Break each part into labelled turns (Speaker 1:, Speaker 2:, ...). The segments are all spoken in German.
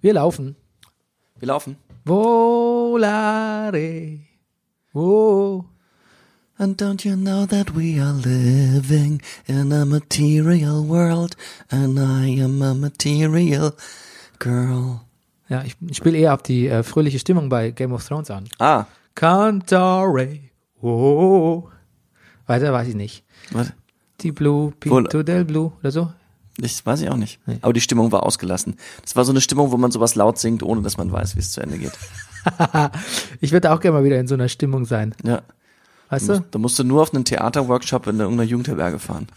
Speaker 1: Wir laufen.
Speaker 2: Wir laufen.
Speaker 1: Volare. Oh.
Speaker 2: And don't you know that we are living in a material world and I am a material girl.
Speaker 1: Ja, ich spiele eher auf die äh, fröhliche Stimmung bei Game of Thrones an.
Speaker 2: Ah,
Speaker 1: Cantare. Oh. Weiter weiß ich nicht.
Speaker 2: was?
Speaker 1: Die Blue, Pinto
Speaker 2: Wohl-
Speaker 1: del Blue oder so.
Speaker 2: Ich weiß ich auch nicht. Aber die Stimmung war ausgelassen. Das war so eine Stimmung, wo man sowas laut singt, ohne dass man weiß, wie es zu Ende geht.
Speaker 1: ich würde auch gerne mal wieder in so einer Stimmung sein.
Speaker 2: Ja.
Speaker 1: Weißt
Speaker 2: Da
Speaker 1: du?
Speaker 2: musst, da musst du nur auf einen Theaterworkshop in irgendeiner Jugendherberge fahren.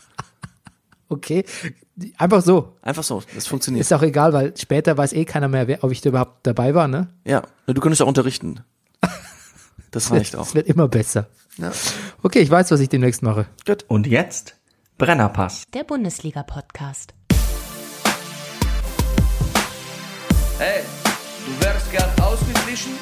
Speaker 1: Okay. Einfach so.
Speaker 2: Einfach so, das funktioniert.
Speaker 1: Ist auch egal, weil später weiß eh keiner mehr, wer, ob ich da überhaupt dabei war, ne?
Speaker 2: Ja, du könntest auch unterrichten. Das reicht auch.
Speaker 1: Es wird immer besser.
Speaker 2: Ja.
Speaker 1: Okay, ich weiß, was ich demnächst mache.
Speaker 3: Und jetzt Brennerpass.
Speaker 4: Der Bundesliga-Podcast.
Speaker 5: Hey, du wärst gern ausgeglichen?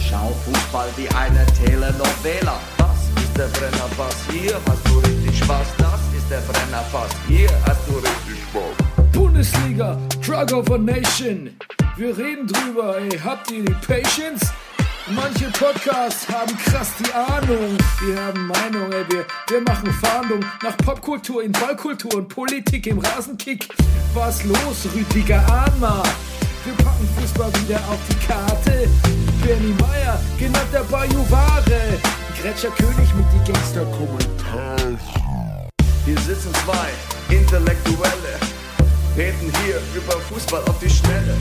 Speaker 5: Schau Fußball wie eine Telenovela. Das ist der Brennerpass, hier hast du richtig Spaß. Das ist der Brennerpass, hier hast du richtig Spaß.
Speaker 6: Bundesliga, Drug of a Nation. Wir reden drüber, ey. Habt ihr die Patience? Manche Podcasts haben krass die Ahnung. Wir haben Meinung, ey. Wir, wir machen Fahndung nach Popkultur in Ballkultur und Politik im Rasenkick. Was los, Rüdiger Ahnma? Wir packen Fußball wieder auf die Karte. Benny Meyer, genannt der Bayou Ware. Gretscher König mit die Gangster-Kommentare.
Speaker 5: Hier sitzen zwei Intellektuelle, reden hier über Fußball auf die Schnelle.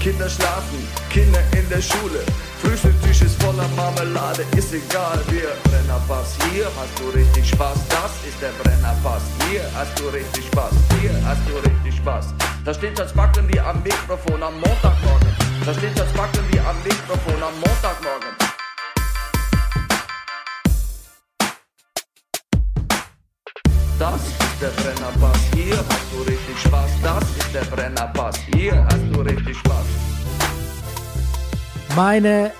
Speaker 5: Kinder schlafen, Kinder in der Schule. Frühstücktisch ist voller Marmelade, ist egal, wir Brennerpass. Hier hast du richtig Spaß, das ist der Brennerpass. Hier hast du richtig Spaß, hier hast du richtig Spaß. Da steht das Backen wie am Mikrofon am Montagmorgen. Da steht das Backen wie am Mikrofon am Montagmorgen. Das ist der Brennerpass, hier hast du richtig Spaß. Das ist der Brennerpass, hier hast du richtig Spaß.
Speaker 1: Meine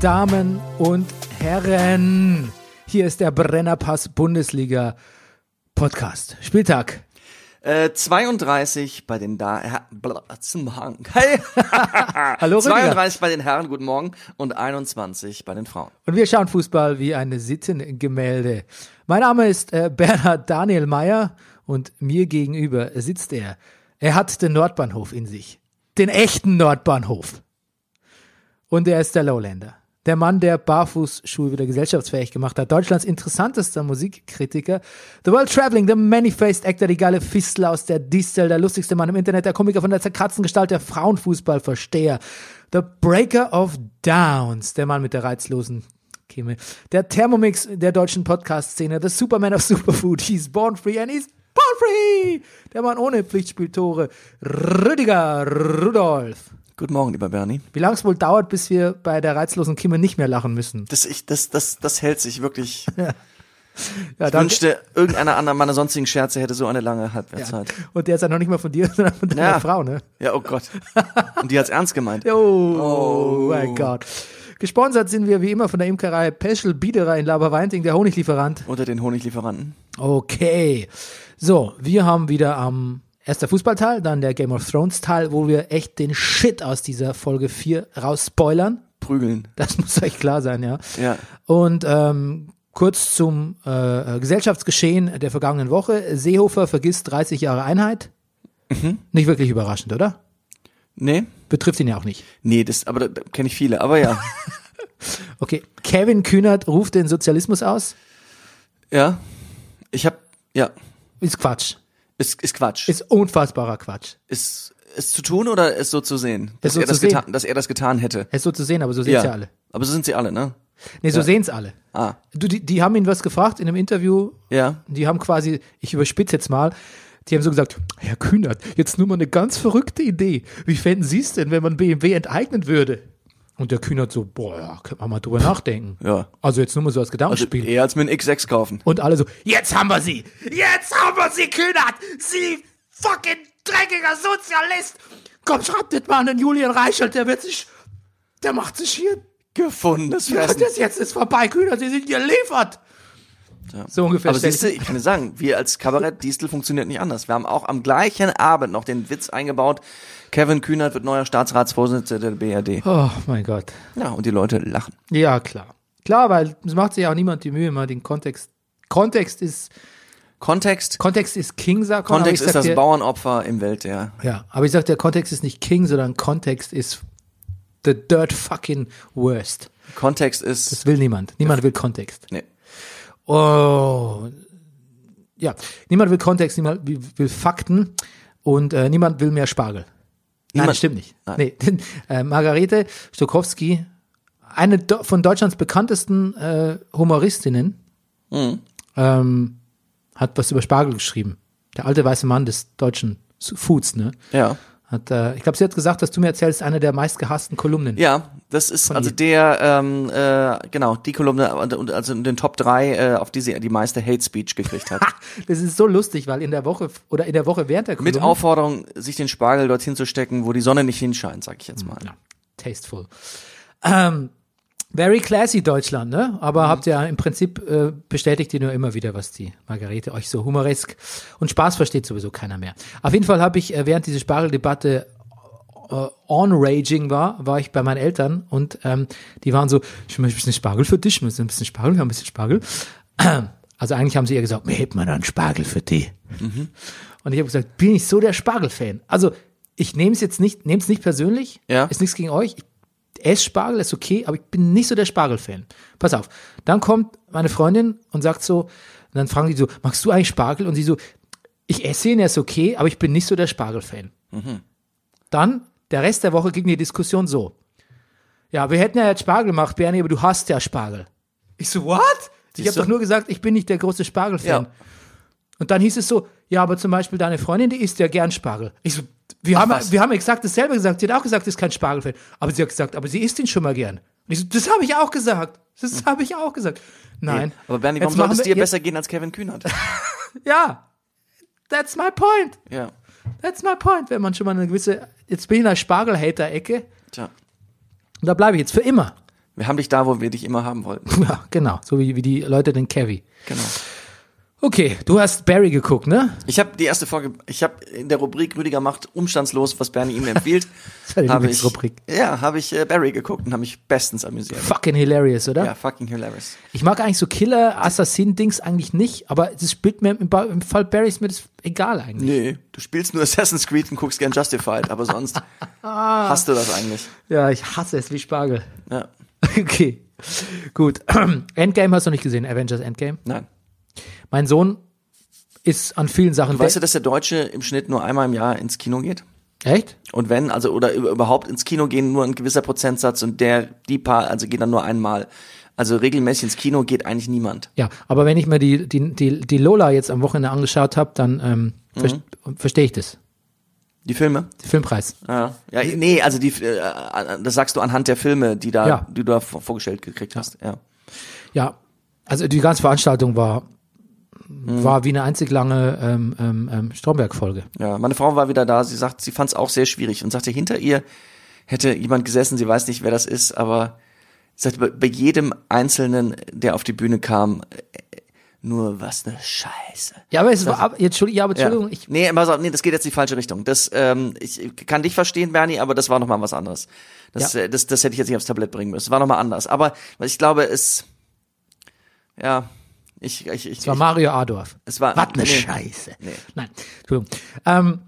Speaker 1: Damen und Herren, hier ist der Brennerpass Bundesliga Podcast. Spieltag.
Speaker 2: Äh, 32 bei den da Her Bla- zum Hang. Hey.
Speaker 1: Hallo Rüdiger.
Speaker 2: 32 bei den Herren, guten Morgen. Und 21 bei den Frauen.
Speaker 1: Und wir schauen Fußball wie ein Sittengemälde. Mein Name ist äh, Bernhard Daniel Meyer und mir gegenüber sitzt er. Er hat den Nordbahnhof in sich. Den echten Nordbahnhof. Und er ist der Lowlander. Der Mann, der Barfußschuhe wieder gesellschaftsfähig gemacht hat. Deutschlands interessantester Musikkritiker. The World Traveling, der Many-Faced Actor, die geile Fistel aus der Distel, der lustigste Mann im Internet, der Komiker von der zerkratzten Gestalt, der Frauenfußballversteher. The Breaker of Downs, der Mann mit der reizlosen Kimme. Der Thermomix der deutschen Podcast-Szene, The Superman of Superfood. He's born free and he's born free! Der Mann ohne Pflichtspieltore. Rüdiger Rudolf.
Speaker 2: Guten Morgen, lieber Bernie.
Speaker 1: Wie lange es wohl dauert, bis wir bei der reizlosen Kimme nicht mehr lachen müssen.
Speaker 2: Das, ich, das, das, das hält sich wirklich.
Speaker 1: Ja,
Speaker 2: Ich wünschte, irgendeiner anderer meiner sonstigen Scherze hätte so eine lange Halbwertszeit.
Speaker 1: Und der ist ja noch nicht mal von dir, sondern von deiner
Speaker 2: Ja.
Speaker 1: Frau, ne?
Speaker 2: Ja, oh Gott. Und die hat's ernst gemeint.
Speaker 1: Oh, mein Gott. Gesponsert sind wir wie immer von der Imkerei Peschel Biederer in Laberweinting, der Honiglieferant.
Speaker 2: Unter den Honiglieferanten.
Speaker 1: Okay. So, wir haben wieder am erst der Fußballteil, dann der Game of Thrones Teil, wo wir echt den Shit aus dieser Folge 4 rausspoilern.
Speaker 2: Prügeln.
Speaker 1: Das muss euch klar sein, ja.
Speaker 2: Ja.
Speaker 1: Und ähm, kurz zum äh, Gesellschaftsgeschehen der vergangenen Woche. Seehofer vergisst 30 Jahre Einheit. Nicht wirklich überraschend, oder?
Speaker 2: Nee?
Speaker 1: Betrifft ihn ja auch nicht.
Speaker 2: Nee, das, aber da, da kenne ich viele. Aber ja.
Speaker 1: Okay, Kevin Kühnert ruft den Sozialismus aus.
Speaker 2: ja. Ich hab, ja.
Speaker 1: Ist Quatsch.
Speaker 2: Ist, ist Quatsch.
Speaker 1: Ist unfassbarer Quatsch.
Speaker 2: ist, ist zu tun oder ist so zu sehen? Dass,
Speaker 1: so
Speaker 2: er,
Speaker 1: zu
Speaker 2: das
Speaker 1: sehen.
Speaker 2: Getan, dass er das getan hätte.
Speaker 1: Es ist so zu sehen, aber so sehen's ja. alle.
Speaker 2: Aber so sind sie alle, ne?
Speaker 1: Nee, so sehen's alle.
Speaker 2: Ah,
Speaker 1: Du, die, die haben ihn was gefragt in einem Interview.
Speaker 2: ja.
Speaker 1: Die haben quasi, ich überspitze jetzt mal, die haben so gesagt, Herr Kühnert, jetzt nur mal eine ganz verrückte Idee. Wie fänden Sie es denn, wenn man BMW enteignen würde? Und der Kühnert so, boah, ja, könnte man mal drüber nachdenken.
Speaker 2: Ja.
Speaker 1: Also jetzt nur mal so als
Speaker 2: Also
Speaker 1: Gedankenspiel.
Speaker 2: eher als mir einen X6 kaufen.
Speaker 1: Und alle so, jetzt haben wir sie! Jetzt haben wir sie, Kühnert! Sie fucking dreckiger Sozialist! Komm, schreibt das mal an den Julian Reichelt, der wird sich, der macht sich hier
Speaker 2: Gefundenes
Speaker 1: ja,
Speaker 2: Fressen.
Speaker 1: das jetzt ist vorbei, Kühner, Sie sind geliefert.
Speaker 2: Ja.
Speaker 1: So ungefähr
Speaker 2: Aber
Speaker 1: stell
Speaker 2: siehst du, ich kann dir sagen, wir als Kabarett Distel funktioniert nicht anders. Wir haben auch am gleichen Abend noch den Witz eingebaut. Kevin Kühnert wird neuer Staatsratsvorsitzender der BRD.
Speaker 1: Oh mein Gott.
Speaker 2: Ja, und die Leute lachen.
Speaker 1: Ja, klar. Klar, weil es macht sich auch niemand die Mühe, mal den Kontext. Kontext ist,
Speaker 2: Kontext.
Speaker 1: Kontext ist King, sagt man. aber
Speaker 2: Kontext
Speaker 1: ich
Speaker 2: ist
Speaker 1: sag
Speaker 2: das
Speaker 1: dir-
Speaker 2: Bauernopfer im Weltjahr.
Speaker 1: Ja, aber ich sag, der Kontext ist nicht King, sondern Kontext ist the dirt fucking worst.
Speaker 2: Kontext ist,
Speaker 1: Das will niemand. Niemand will Kontext.
Speaker 2: nee.
Speaker 1: Oh. Ja, niemand will Kontext, niemand will will Fakten und äh, niemand will mehr Spargel. Nein,
Speaker 2: Niemand-
Speaker 1: stimmt nicht.
Speaker 2: Nein.
Speaker 1: Nee, denn, äh, Margarete Stokowski, eine Do von Deutschlands bekanntesten äh, Humoristinnen,
Speaker 2: Mhm.
Speaker 1: ähm, hat was über Spargel geschrieben. Der alte weiße Mann des deutschen S- Foods, ne?
Speaker 2: Ja.
Speaker 1: Hat, äh, ich glaube, sie hat gesagt, dass du mir erzählst, eine der meistgehassten Kolumnen.
Speaker 2: Ja, das ist also der, ähm, äh, genau, die Kolumne und, und also in den Top 3, äh, auf die sie die meiste Hate Speech gekriegt hat.
Speaker 1: Das ist so lustig, weil in der Woche oder in der Woche während der Kolumne.
Speaker 2: Mit Aufforderung, sich den Spargel dorthin zu stecken, wo die Sonne nicht hinscheint, sag ich jetzt
Speaker 1: Hm,
Speaker 2: mal.
Speaker 1: tasteful. Ähm, very classy Deutschland, ne? Aber habt ihr im Prinzip äh, bestätigt ihr nur immer wieder, was die Margarete euch so humoresk und Spaß versteht sowieso keiner mehr. Auf jeden Fall habe ich äh, während diese Spargeldebatte äh, on-raging war, war ich bei meinen Eltern und ähm, die waren so, ich möchte ein bisschen Spargel für dich, möchte ein bisschen Spargel, wir haben ein bisschen Spargel. Also eigentlich haben sie eher gesagt, mir hebt man einen Spargel für die. Und ich habe gesagt, bin ich so der Spargel-Fan. Also ich nehme es jetzt nicht, nehme es nicht persönlich,
Speaker 2: Ja.
Speaker 1: ist nichts gegen euch. Ich esse Spargel, ist okay, aber ich bin nicht so der Spargel-Fan. Pass auf. Dann kommt meine Freundin und sagt so, und dann fragen die so, magst du eigentlich Spargel? Und sie so, ich esse ihn, er ist okay, aber ich bin nicht so der Spargel-Fan. Dann, der Rest der Woche ging die Diskussion so. Ja, wir hätten ja jetzt Spargel gemacht, Bernie, aber du hast ja Spargel. Ich so, what? Ich habe
Speaker 2: Siehst du?
Speaker 1: doch nur gesagt, ich bin nicht der große Spargel-Fan.
Speaker 2: Ja.
Speaker 1: Und dann hieß es so, ja, aber zum Beispiel deine Freundin, die isst ja gern Spargel. Ich so, wir, haben,
Speaker 2: was?
Speaker 1: wir haben exakt dasselbe gesagt. Sie hat auch gesagt, sie ist kein Spargelfan. Aber sie hat gesagt, aber sie isst ihn schon mal gern. Und ich so, das habe ich auch gesagt. Das habe ich auch gesagt. Nein.
Speaker 2: Aber Bernie, warum
Speaker 1: Jetzt machen
Speaker 2: soll es
Speaker 1: wir-
Speaker 2: dir
Speaker 1: jetzt-
Speaker 2: besser gehen als Kevin Kühnert?
Speaker 1: Ja, that's my point.
Speaker 2: ja,
Speaker 1: That's my point. Wenn man schon mal eine gewisse, jetzt bin ich in der Spargel-Hater-Ecke.
Speaker 2: tja.
Speaker 1: Und da bleibe ich jetzt für immer.
Speaker 2: Wir haben dich da, wo wir dich immer haben wollten.
Speaker 1: Ja, genau. So wie, wie die Leute den Kevy.
Speaker 2: Genau.
Speaker 1: Okay, du hast Barry geguckt, ne?
Speaker 2: Ich habe die erste Folge, ich habe in der Rubrik Rüdiger macht umstandslos, was Bernie ihm empfiehlt.
Speaker 1: deine
Speaker 2: habe ich,
Speaker 1: Lieblingsrubrik.
Speaker 2: ja, habe ich äh, Barry geguckt und habe mich bestens amüsiert.
Speaker 1: Fucking hilarious, oder?
Speaker 2: Ja, fucking hilarious.
Speaker 1: Ich mag eigentlich so Killer-Assassin-Dings eigentlich nicht, aber das spielt mir im, Ba- im Fall Barry ist mir das egal eigentlich.
Speaker 2: Nee, du spielst nur Assassin's Creed und guckst gern Justified, aber sonst hast du das eigentlich.
Speaker 1: Ja, ich hasse es wie Spargel.
Speaker 2: Ja,
Speaker 1: Okay, gut. Endgame hast du nicht gesehen, Avengers Endgame.
Speaker 2: nein.
Speaker 1: Mein Sohn ist an vielen Sachen.
Speaker 2: Weißt du, dass der Deutsche im Schnitt nur einmal im Jahr ins Kino geht?
Speaker 1: Echt?
Speaker 2: Und wenn, also oder über- überhaupt ins Kino gehen nur ein gewisser Prozentsatz und der, die paar, also geht dann nur einmal. Also regelmäßig ins Kino geht eigentlich niemand.
Speaker 1: Ja, aber wenn ich mir die, die, die, die Lola jetzt am Wochenende angeschaut habe, dann ähm, ver verstehe ich das.
Speaker 2: Die Filme?
Speaker 1: Der Filmpreis.
Speaker 2: Ja, ja nee, also die, äh, das sagst du anhand der Filme, die da,
Speaker 1: Ja.
Speaker 2: die du da vor- vorgestellt gekriegt hast. Ja.
Speaker 1: Ja, also die ganze Veranstaltung war,
Speaker 2: Mhm.
Speaker 1: war wie eine einzig lange ähm, ähm, ähm, Stromberg-Folge.
Speaker 2: ja, meine Frau war wieder da. Sie sagt, sie fand es auch sehr schwierig und sagte, hinter ihr hätte jemand gesessen. Sie weiß nicht, wer das ist, aber sie sagte, bei- bei jedem einzelnen, der auf die Bühne kam, äh, nur was ne Scheiße.
Speaker 1: Ja, aber es war, ab- jetzt, Entschuldigung, ja, aber
Speaker 2: Ja.
Speaker 1: Entschuldigung, ich,
Speaker 2: nee, pass auf, nee, das geht jetzt in die falsche Richtung. Das, ähm, ich ich kann dich verstehen, Bernie, aber das war nochmal was anderes. Das,
Speaker 1: Ja.
Speaker 2: äh, das, das hätte ich jetzt nicht aufs Tablett bringen müssen. Das war nochmal anders. Aber ich glaube, es, ja, ich, ich, ich,
Speaker 1: es war Mario Adorf.
Speaker 2: es war,
Speaker 1: Was ne
Speaker 2: nee.
Speaker 1: Scheiße. Nein, Entschuldigung. Ähm,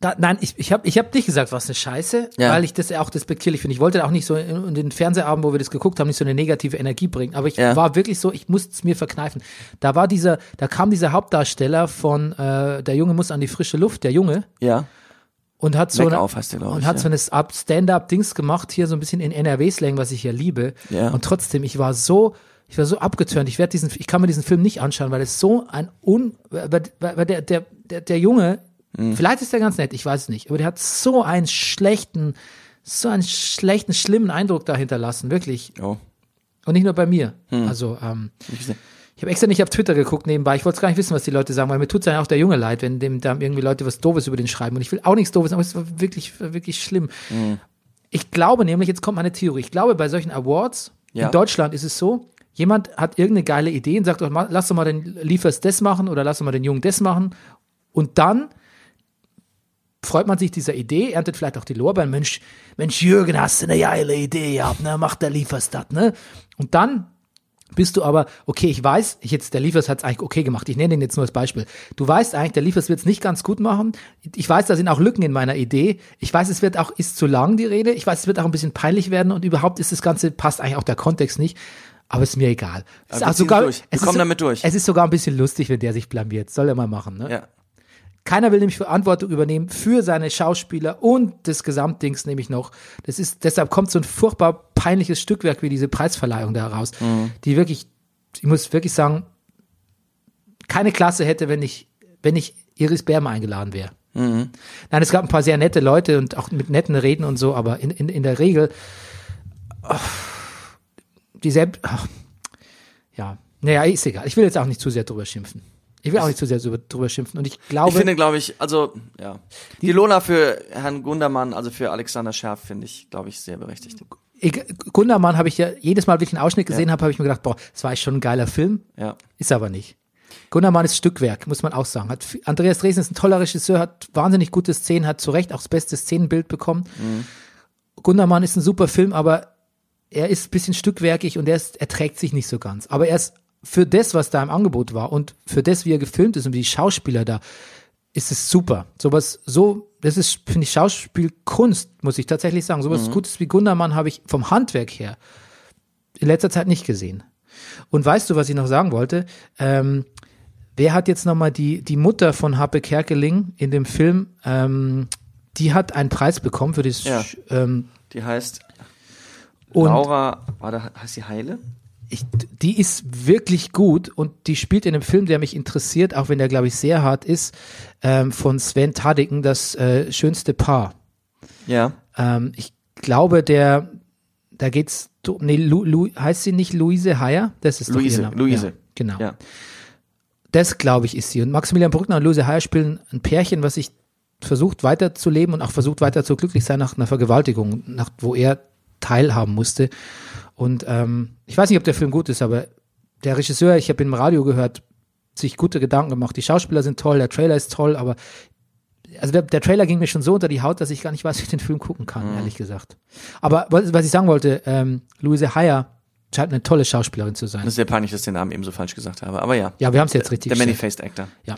Speaker 1: da, nein, ich, ich habe ich hab nicht gesagt, was eine Scheiße,
Speaker 2: Ja.
Speaker 1: weil ich das auch despektierlich finde. Ich wollte auch nicht so in, in den Fernsehabend, wo wir das geguckt haben, nicht so eine negative Energie bringen. Aber ich
Speaker 2: Ja.
Speaker 1: war wirklich so, ich musste es mir verkneifen. Da war dieser, da kam dieser Hauptdarsteller von äh, Der Junge muss an die frische Luft, der Junge,
Speaker 2: ja,
Speaker 1: und hat so
Speaker 2: Back
Speaker 1: eine,
Speaker 2: auf heißt der, glaub
Speaker 1: und
Speaker 2: ich,
Speaker 1: hat
Speaker 2: ja.
Speaker 1: so eine Up- Stand-up-Dings gemacht hier so ein bisschen in NRW-Slang, was ich ja liebe.
Speaker 2: Ja.
Speaker 1: Und trotzdem, ich war so, ich war so abgeturnt. Ich werde diesen, ich kann mir diesen Film nicht anschauen, weil es so ein un, weil, weil weil der der der, der Junge,
Speaker 2: Mhm.
Speaker 1: vielleicht ist der ganz nett, ich weiß es nicht, aber der hat so einen schlechten, so einen schlechten, schlimmen Eindruck da hinterlassen, wirklich.
Speaker 2: oh.
Speaker 1: Und nicht nur bei mir. Also ähm, ich habe extra nicht auf Twitter geguckt nebenbei. Ich wollte gar nicht wissen, was die Leute sagen, weil mir tut es ja auch der Junge leid, wenn dem da irgendwie Leute was Doofes über den schreiben. Und ich will auch nichts Doofes, aber es war wirklich, war wirklich schlimm. Ich glaube nämlich, jetzt kommt meine Theorie. Ich glaube, bei solchen Awards
Speaker 2: Ja.
Speaker 1: in Deutschland ist es so, Jemand hat irgendeine geile Idee und sagt, oh, ma- lass doch mal den Liefers das machen oder lass doch mal den Jungen das machen. Und dann freut man sich dieser Idee, erntet vielleicht auch die Lorbeeren. Mensch, Mensch, Jürgen, hast du eine geile Idee gehabt, ne? Macht der Liefers das, ne? Und dann bist du aber, okay, ich weiß, ich jetzt, der Liefers hat es eigentlich okay gemacht. Ich nenne den jetzt nur als Beispiel. Du weißt eigentlich, der Liefers wird es nicht ganz gut machen. Ich weiß, da sind auch Lücken in meiner Idee. Ich weiß, es wird auch, ist zu lang die Rede. Ich weiß, es wird auch ein bisschen peinlich werden und überhaupt ist das Ganze, passt eigentlich auch der Kontext nicht. Aber ist mir egal. Es
Speaker 2: Aber wir
Speaker 1: auch
Speaker 2: ziehen's durch. Wir
Speaker 1: es ist
Speaker 2: kommen
Speaker 1: so-
Speaker 2: damit durch.
Speaker 1: Es ist sogar ein bisschen lustig, wenn der sich blamiert. Soll er mal machen, ne?
Speaker 2: Ja.
Speaker 1: Keiner will nämlich Verantwortung übernehmen für seine Schauspieler und des Gesamtdings nämlich noch. Das ist, deshalb kommt so ein furchtbar peinliches Stückwerk wie diese Preisverleihung da raus, die wirklich, ich muss wirklich sagen, keine Klasse hätte, wenn ich, wenn ich Iris Berma eingeladen wäre. Nein, es gab ein paar sehr nette Leute und auch mit netten Reden und so, aber in, in, in der Regel, ach, die selbst, ach, ja, naja, ist egal. Ich will jetzt auch nicht zu sehr drüber schimpfen. Ich will auch nicht zu sehr drüber, drüber schimpfen und ich glaube.
Speaker 2: Ich finde, glaube ich, also, ja. Die Lola für Herrn Gundermann, also für Alexander Scherf, finde ich, glaube ich, sehr berechtigt.
Speaker 1: ich, Gundermann habe ich ja jedes Mal, wenn ich einen Ausschnitt gesehen habe, habe ich mir gedacht, boah, das war echt schon ein geiler Film.
Speaker 2: Ja.
Speaker 1: Ist aber nicht. Gundermann ist Stückwerk, muss man auch sagen. Hat, viel- Andreas Dresen ist ein toller Regisseur, hat wahnsinnig gute Szenen, hat zu Recht auch das beste Szenenbild bekommen. Gundermann ist ein super Film, aber er ist ein bisschen stückwerkig und er, ist, er trägt sich nicht so ganz. Aber er ist für das, was da im Angebot war und für das, wie er gefilmt ist und wie die Schauspieler da, ist es super. Sowas, so, das ist, finde ich, Schauspielkunst, muss ich tatsächlich sagen. Sowas Gutes wie Gundermann habe ich vom Handwerk her in letzter Zeit nicht gesehen. Und weißt du, was ich noch sagen wollte? Ähm, wer hat jetzt nochmal die, die Mutter von Happe Kerkeling in dem Film, ähm, die hat einen Preis bekommen für das,
Speaker 2: Ja.
Speaker 1: ähm,
Speaker 2: Die heißt
Speaker 1: und
Speaker 2: Laura, war da, heißt sie Heile?
Speaker 1: ich, die ist wirklich gut und die spielt in einem Film, der mich interessiert, auch wenn der, glaube ich, sehr hart ist, ähm, von Sven Tadiken, das äh, schönste Paar.
Speaker 2: Ja.
Speaker 1: Ähm, ich glaube, der, da geht's, drum- nee, Lu, Lu, heißt sie nicht Luise Heyer? Das ist doch
Speaker 2: Luise,
Speaker 1: ihr Name.
Speaker 2: Luise.
Speaker 1: Ja, genau.
Speaker 2: Ja.
Speaker 1: Das, glaube ich, ist sie. Und Maximilian Bruckner und Luise Heyer spielen ein Pärchen, was sich versucht weiterzuleben und auch versucht weiter zu glücklich sein nach einer Vergewaltigung, nach, wo er teilhaben musste. Und ähm, ich weiß nicht, ob der Film gut ist, aber der Regisseur, ich habe ihn im Radio gehört, sich gute Gedanken gemacht. Die Schauspieler sind toll, der Trailer ist toll, aber also der, der Trailer ging mir schon so unter die Haut, dass ich gar nicht weiß, wie ich den Film gucken kann,
Speaker 2: Mhm.
Speaker 1: ehrlich gesagt. Aber was, was ich sagen wollte, ähm, Louise Heyer scheint eine tolle Schauspielerin zu sein.
Speaker 2: Das ist sehr peinlich, dass ich den Namen ebenso falsch gesagt habe. Aber ja.
Speaker 1: ja, wir haben es jetzt richtig.
Speaker 2: Der
Speaker 1: gestellt.
Speaker 2: Many-Faced Actor.
Speaker 1: Ja.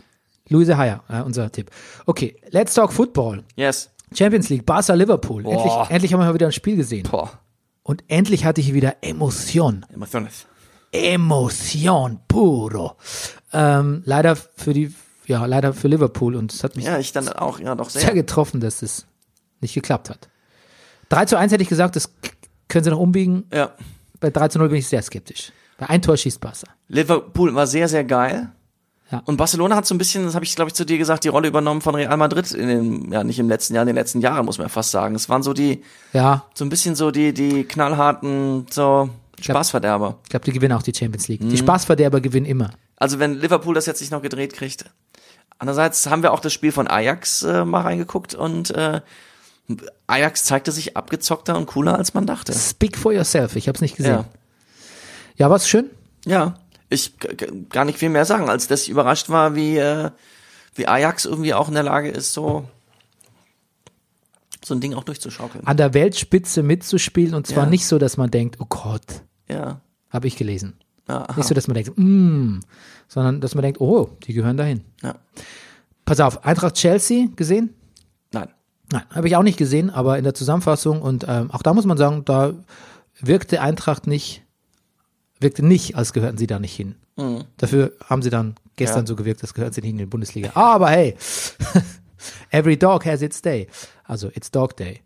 Speaker 1: Luise Heyer, äh, unser Tipp. Okay, let's talk Football.
Speaker 2: Yes.
Speaker 1: Champions League, Barca Liverpool. Endlich,
Speaker 2: Boah.
Speaker 1: endlich haben wir mal wieder ein Spiel gesehen.
Speaker 2: Boah.
Speaker 1: Und endlich hatte ich wieder Emotion.
Speaker 2: Emotiones.
Speaker 1: Emotion puro. Ähm, leider für die, ja, leider für Liverpool und es hat mich
Speaker 2: Ja, ich dann auch, ja, doch
Speaker 1: sehr
Speaker 2: sehr.
Speaker 1: getroffen, dass es nicht geklappt hat. 3 zu 1 hätte ich gesagt, das k- können sie noch umbiegen.
Speaker 2: Ja.
Speaker 1: Bei 3 zu 0 bin ich sehr skeptisch. Bei ein Tor schießt Barca.
Speaker 2: Liverpool war sehr, sehr geil.
Speaker 1: Ja.
Speaker 2: Und Barcelona hat so ein bisschen, das habe ich glaube ich zu dir gesagt, die Rolle übernommen von Real Madrid in den, ja nicht im letzten Jahr, in den letzten Jahren muss man ja fast sagen. Es waren so die,
Speaker 1: Ja,
Speaker 2: so ein bisschen so die, die knallharten, so Spaßverderber.
Speaker 1: ich glaube, die gewinnen auch die Champions League.
Speaker 2: Mhm.
Speaker 1: Die Spaßverderber gewinnen immer.
Speaker 2: Also wenn Liverpool das jetzt nicht noch gedreht kriegt. Andererseits haben wir auch das Spiel von Ajax äh, mal reingeguckt und äh, Ajax zeigte sich abgezockter und cooler als man dachte.
Speaker 1: Speak for yourself. Ich habe es nicht gesehen.
Speaker 2: Ja.
Speaker 1: Ja, ja war es schön?
Speaker 2: Ja, ich g- g- gar nicht viel mehr sagen, als dass ich überrascht war, wie, äh, wie Ajax irgendwie auch in der Lage ist, so, so ein Ding auch durchzuschaukeln.
Speaker 1: An der Weltspitze mitzuspielen und zwar
Speaker 2: Ja.
Speaker 1: nicht so, dass man denkt, oh Gott,
Speaker 2: Ja.
Speaker 1: habe ich gelesen.
Speaker 2: Ja, aha.
Speaker 1: Nicht so, dass man denkt, mm, sondern dass man denkt, oh, die gehören dahin.
Speaker 2: ja.
Speaker 1: Pass auf, Eintracht Chelsea gesehen?
Speaker 2: Nein.
Speaker 1: Nein, habe ich auch nicht gesehen, aber in der Zusammenfassung und ähm, auch da muss man sagen, da wirkte Eintracht nicht, wirkte nicht, als gehörten sie da nicht hin. Dafür haben sie dann gestern
Speaker 2: Mhm. Ja.
Speaker 1: so gewirkt, als gehörten sie nicht in die Bundesliga. Aber hey, every dog has its day. Also, it's dog day.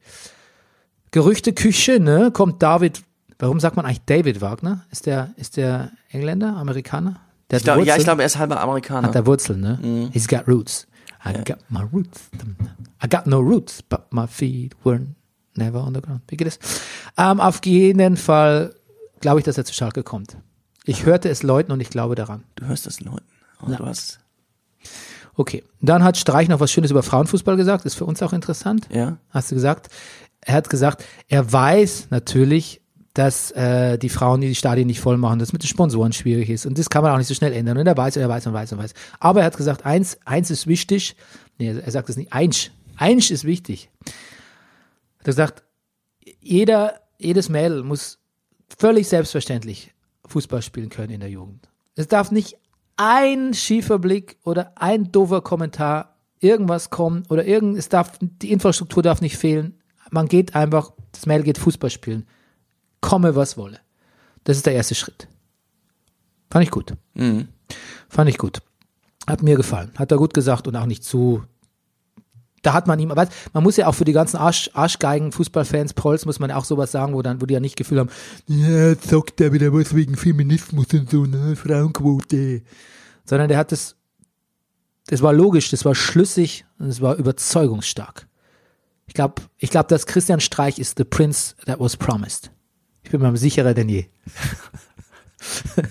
Speaker 1: Gerüchteküche, ne? Kommt David, warum sagt man eigentlich David Wagner? Ist der, ist der Engländer, Amerikaner? Der hat
Speaker 2: Ich glaub, ja,
Speaker 1: Wurzeln.
Speaker 2: ich glaube, er ist halber Amerikaner.
Speaker 1: Hat er Wurzeln, ne? He's got roots. I got my roots. I got no roots, but my feet were never on the ground. Wie geht es? Ähm, auf jeden Fall glaube ich, dass er zu Schalke kommt. Ich hörte es läuten und ich glaube daran.
Speaker 2: du hörst das Leuten. Und Oh, du hast,
Speaker 1: Okay. Dann hat Streich noch was Schönes über Frauenfußball gesagt. Ist für uns auch interessant.
Speaker 2: ja.
Speaker 1: Hast du gesagt? Er hat gesagt, er weiß natürlich, dass äh, die Frauen die, die Stadien nicht voll machen, dass mit den Sponsoren schwierig ist. Und das kann man auch nicht so schnell ändern. Und er weiß und er weiß und weiß und weiß. Aber er hat gesagt, eins, eins ist wichtig. Nee, er sagt es nicht, eins. Eins ist wichtig. Er hat gesagt, jeder, jedes Mädel muss völlig selbstverständlich Fußball spielen können in der Jugend. Es darf nicht ein schiefer Blick oder ein doofer Kommentar irgendwas kommen oder irgend, es darf, die Infrastruktur darf nicht fehlen. Man geht einfach, das Mädel geht Fußball spielen. Komme, was wolle. Das ist der erste Schritt. Fand ich gut. Fand ich gut. Hat mir gefallen. Hat er gut gesagt und auch nicht zu. Da hat man ihm, aber man muss ja auch für die ganzen Arsch, Arschgeigen, Fußballfans, Prols, muss man auch sowas sagen, wo dann, wo die ja nicht Gefühl haben, ja, zockt der wieder was wegen Feminismus und so, ne, Frauenquote. Sondern der hat das, das war logisch, das war schlüssig und es war überzeugungsstark. Ich glaube, ich glaub, dass Christian Streich ist the prince that was promised. Ich bin mir sicherer denn je.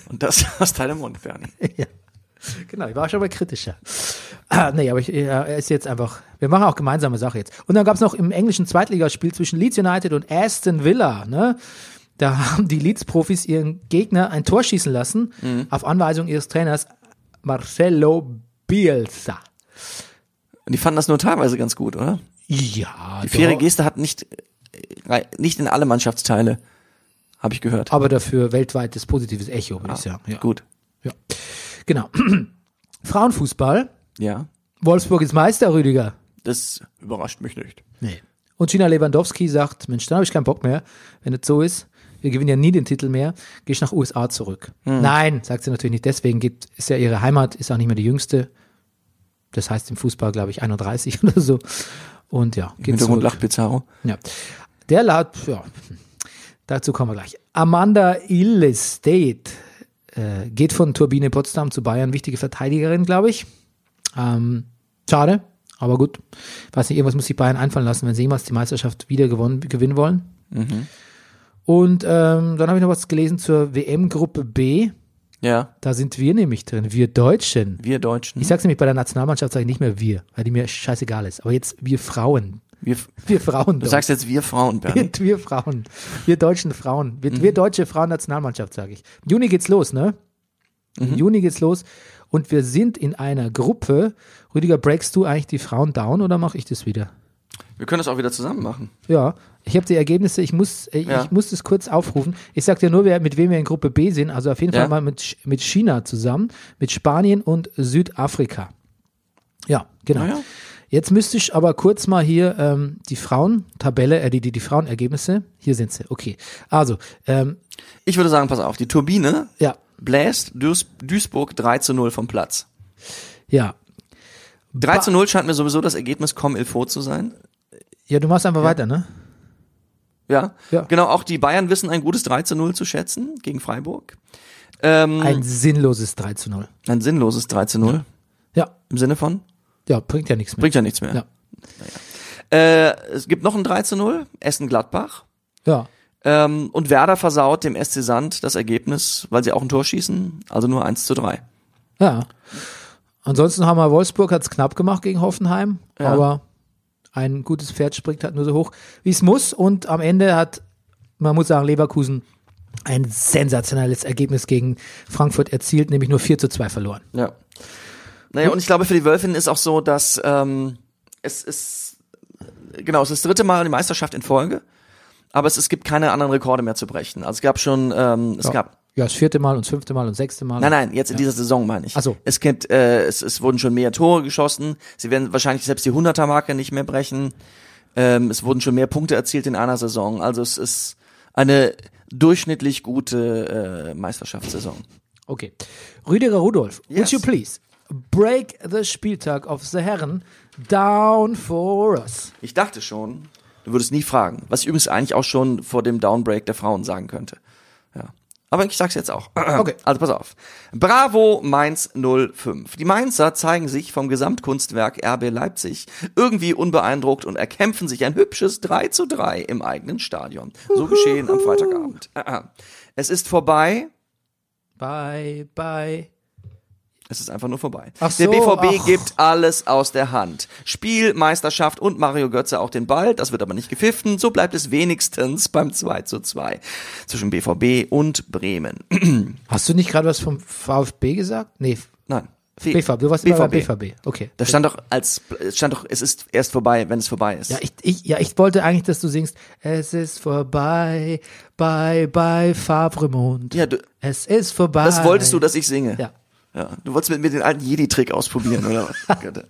Speaker 2: Und das aus deinem Mund, Bernie.
Speaker 1: Genau, ich war schon mal kritischer. Ah, nee, aber ich, ja, er ist jetzt einfach, wir machen auch gemeinsame Sache jetzt. Und dann gab es noch im englischen Zweitligaspiel zwischen Leeds United und Aston Villa, ne? Da haben die Leeds-Profis ihren Gegner ein Tor schießen lassen,
Speaker 2: Mhm.
Speaker 1: auf Anweisung ihres Trainers Marcelo Bielsa.
Speaker 2: Und die fanden das nur teilweise ganz gut, oder?
Speaker 1: Ja,
Speaker 2: Die faire
Speaker 1: doch.
Speaker 2: Geste hat nicht, äh, rei- nicht in alle Mannschaftsteile, habe ich gehört. Ah,
Speaker 1: aber dafür weltweites positives Echo, würde ich sagen. Ja.
Speaker 2: Gut.
Speaker 1: Genau. Frauenfußball.
Speaker 2: Ja.
Speaker 1: Wolfsburg ist Meister, Rüdiger.
Speaker 2: Das überrascht mich nicht.
Speaker 1: Nee. Und Gina Lewandowski sagt, Mensch, dann habe ich keinen Bock mehr, wenn das so ist. Wir gewinnen ja nie den Titel mehr. Gehe ich nach USA zurück. Nein, sagt sie natürlich nicht. Deswegen gibt, ist ja ihre Heimat, ist auch nicht mehr die jüngste. Das heißt im Fußball, glaube ich, 31 oder so. Und ja,
Speaker 2: Im
Speaker 1: geht
Speaker 2: Hintergrund
Speaker 1: zurück.
Speaker 2: lacht Pizarro.
Speaker 1: Ja. Der laut, ja, dazu kommen wir gleich. Amanda Illestate äh, geht von Turbine Potsdam zu Bayern, wichtige Verteidigerin, glaube ich. Ähm, schade, aber gut. Weiß nicht, irgendwas muss sich Bayern einfallen lassen, wenn sie jemals die Meisterschaft wieder gewonnen, gewinnen wollen.
Speaker 2: Mhm.
Speaker 1: Und ähm, dann habe ich noch was gelesen zur WM-Gruppe B.
Speaker 2: Ja,
Speaker 1: Da sind wir nämlich drin, wir Deutschen.
Speaker 2: wir Deutschen.
Speaker 1: Ich sag's nämlich bei der Nationalmannschaft, sage ich nicht mehr wir, weil die mir scheißegal ist. Aber jetzt wir Frauen.
Speaker 2: wir,
Speaker 1: Wir Frauen.
Speaker 2: du sagst jetzt wir Frauen, Bernie.
Speaker 1: Wir, wir Frauen, wir deutschen Frauen, wir, wir deutsche Frauennationalmannschaft, sage ich. Im Juni geht's los, ne? Im Juni geht's los und wir sind in einer Gruppe. Rüdiger, breakst du eigentlich die Frauen down oder mache ich das wieder?
Speaker 2: Wir können das auch wieder zusammen machen.
Speaker 1: Ja, ich habe die Ergebnisse, ich muss, äh,
Speaker 2: Ja.
Speaker 1: ich muss das kurz aufrufen. Ich sag dir nur, wer, mit wem wir in Gruppe B sind, also auf jeden
Speaker 2: Ja.
Speaker 1: Fall mal mit, Sch- mit China zusammen, mit Spanien und Südafrika. Ja, genau.
Speaker 2: Na ja.
Speaker 1: Jetzt müsste ich aber kurz mal hier ähm, die Frauentabelle, äh, die, die, die Frauenergebnisse, hier sind sie, okay. Also, ähm,
Speaker 2: Ich würde sagen, pass auf, die Turbine
Speaker 1: ja,
Speaker 2: bläst Duis Duisburg 3 zu 0 vom Platz.
Speaker 1: ja.
Speaker 2: 3 zu 0 scheint mir sowieso das Ergebnis comme il faut zu sein.
Speaker 1: Ja, du machst einfach weiter, ne?
Speaker 2: Ja.
Speaker 1: Ja.
Speaker 2: Genau, auch die Bayern wissen ein gutes 3 zu 0 zu schätzen gegen Freiburg. Hm.
Speaker 1: Ein sinnloses 3 zu 0.
Speaker 2: Ein sinnloses 3 zu 0
Speaker 1: Ja,
Speaker 2: im Sinne von,
Speaker 1: ja, bringt ja nichts mehr.
Speaker 2: bringt ja nichts mehr.
Speaker 1: Ja.
Speaker 2: Naja. Äh, es gibt noch ein 3 zu 0, Essen-Gladbach.
Speaker 1: Ja,
Speaker 2: Ähm, und Werder versaut dem SC Sand das Ergebnis, weil sie auch ein Tor schießen, also nur 1 zu 3.
Speaker 1: ja. Ansonsten haben wir Wolfsburg hat's knapp gemacht gegen Hoffenheim,
Speaker 2: Ja.
Speaker 1: aber ein gutes Pferd springt halt nur so hoch, wie es muss. Und am Ende hat, man muss sagen, Leverkusen ein sensationelles Ergebnis gegen Frankfurt erzielt, nämlich nur 4 zu 2 verloren.
Speaker 2: Ja. Naja, und ich glaube, für die Wölfin ist auch so, dass ähm, es ist, genau, es ist das dritte Mal die Meisterschaft in Folge, aber es, es gibt keine anderen Rekorde mehr zu brechen. Also es gab schon, ähm, es
Speaker 1: Ja.
Speaker 2: gab,
Speaker 1: Ja, das vierte Mal und das fünfte Mal und das sechste Mal.
Speaker 2: nein, nein, jetzt in dieser Saison meine ich.
Speaker 1: Ach so.
Speaker 2: Es gibt, äh, es, es wurden schon mehr Tore geschossen, sie werden wahrscheinlich selbst die 100er-Marke nicht mehr brechen, ähm, es wurden schon mehr Punkte erzielt in einer Saison, also es ist eine durchschnittlich gute äh, Meisterschaftssaison.
Speaker 1: Okay. Rüdiger Rudolf, would
Speaker 2: Yes.
Speaker 1: you please break the Spieltag of the Herren down for us?
Speaker 2: Ich dachte schon, du würdest nie fragen, was ich übrigens eigentlich auch schon vor dem Downbreak der Frauen sagen könnte. Ja. Aber ich sag's jetzt auch.
Speaker 1: Okay.
Speaker 2: Also pass auf. Bravo Mainz 05. Die Mainzer zeigen sich vom Gesamtkunstwerk RB Leipzig irgendwie unbeeindruckt und erkämpfen sich ein hübsches 3 zu 3 im eigenen Stadion. So geschehen am Freitagabend. Es ist vorbei.
Speaker 1: Bye, bye.
Speaker 2: Es ist einfach nur vorbei.
Speaker 1: Ach
Speaker 2: der
Speaker 1: so,
Speaker 2: BVB
Speaker 1: ach.
Speaker 2: gibt alles aus der Hand. Spielmeisterschaft und Mario Götze auch den Ball. Das wird aber nicht gepfiffen. So bleibt es wenigstens beim 2 zu 2 zwischen BVB und Bremen.
Speaker 1: Hast du nicht gerade was vom VfB gesagt? Nee,
Speaker 2: Nein.
Speaker 1: BVB. Du warst immer bei BVB. Okay.
Speaker 2: Das stand doch als, es stand doch, es ist erst vorbei, wenn es vorbei ist.
Speaker 1: Ja ich, ich, ja, ich wollte eigentlich, dass du singst, es ist vorbei, bye, bye, Fabremond.
Speaker 2: Ja, du,
Speaker 1: Es ist vorbei.
Speaker 2: das wolltest du, dass ich singe.
Speaker 1: Ja.
Speaker 2: Ja, du wolltest mit mir den alten Jedi-Trick ausprobieren, oder was? gut.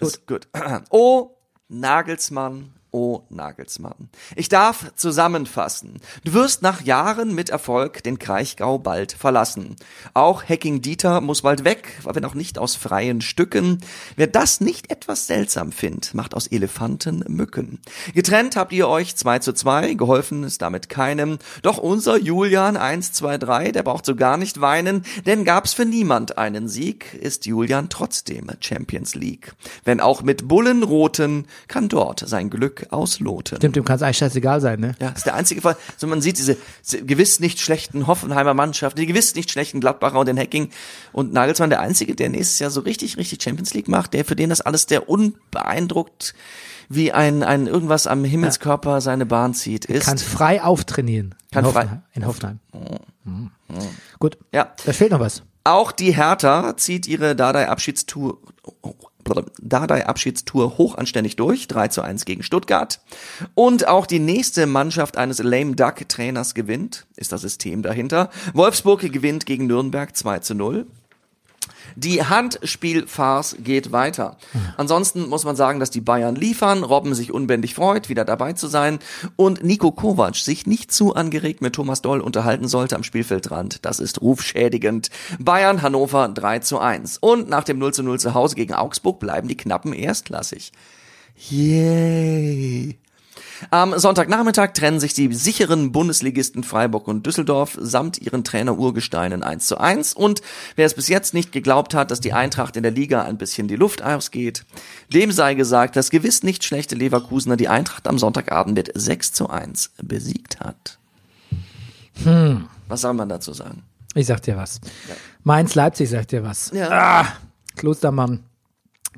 Speaker 2: Ist gut. Oh, Nagelsmann. Oh, Nagelsmann. Ich darf zusammenfassen. Du wirst nach Jahren mit Erfolg den Kraichgau bald verlassen. Auch Hacking Dieter muss bald weg, wenn auch nicht aus freien Stücken. Wer das nicht etwas seltsam findet, macht aus Elefanten Mücken. Getrennt habt ihr euch 2 zu 2, geholfen ist damit keinem. Doch unser Julian 123, der braucht so gar nicht weinen, denn gab's für niemand einen Sieg, ist Julian trotzdem Champions League. Wenn auch mit Bullenroten, kann dort sein Glück ausloten.
Speaker 1: Stimmt, dem kann es eigentlich scheißegal sein, ne?
Speaker 2: Ja, ist der einzige Fall. So, man sieht diese diese gewiss nicht schlechten Hoffenheimer Mannschaft, die gewiss nicht schlechten Gladbacher und den Hacking und Nagelsmann, der einzige, der nächstes Jahr so richtig, richtig Champions League macht, der für den das alles der unbeeindruckt wie ein, ein irgendwas am Himmelskörper seine Bahn zieht, ist.
Speaker 1: Kann frei auftrainieren.
Speaker 2: Kann
Speaker 1: in
Speaker 2: frei- Mm.
Speaker 1: Hoffenheim. In Hoffenheim. Mm. Gut.
Speaker 2: Ja.
Speaker 1: Da fehlt noch was.
Speaker 2: Auch die Hertha zieht ihre Dardai-Abschiedstour Dardai-Abschiedstour hochanständig durch, 3 zu 1 gegen Stuttgart. Und auch die nächste Mannschaft eines Lame Duck Trainers gewinnt, ist das System dahinter. Wolfsburg gewinnt gegen Nürnberg 2 zu 0. Die Handspielfarce geht weiter. Ansonsten muss man sagen, dass die Bayern liefern, Robben sich unbändig freut, wieder dabei zu sein und Nico Kovac sich nicht zu angeregt mit Thomas Doll unterhalten sollte am Spielfeldrand. Das ist rufschädigend. Bayern Hannover 3 zu 1. Und nach dem 0 zu 0 zu Hause gegen Augsburg bleiben die Knappen erstklassig. Yay. Am Sonntagnachmittag trennen sich die sicheren Bundesligisten Freiburg und Düsseldorf samt ihren Trainer Urgesteinen 1 zu 1. Und wer es bis jetzt nicht geglaubt hat, dass die Eintracht in der Liga ein bisschen die Luft ausgeht, dem sei gesagt, dass gewiss nicht schlechte Leverkusener die Eintracht am Sonntagabend mit 6 zu 1 besiegt hat. Was soll man dazu sagen?
Speaker 1: Ich sag dir was. Mainz-Leipzig sagt dir was.
Speaker 2: Ja.
Speaker 1: Klostermann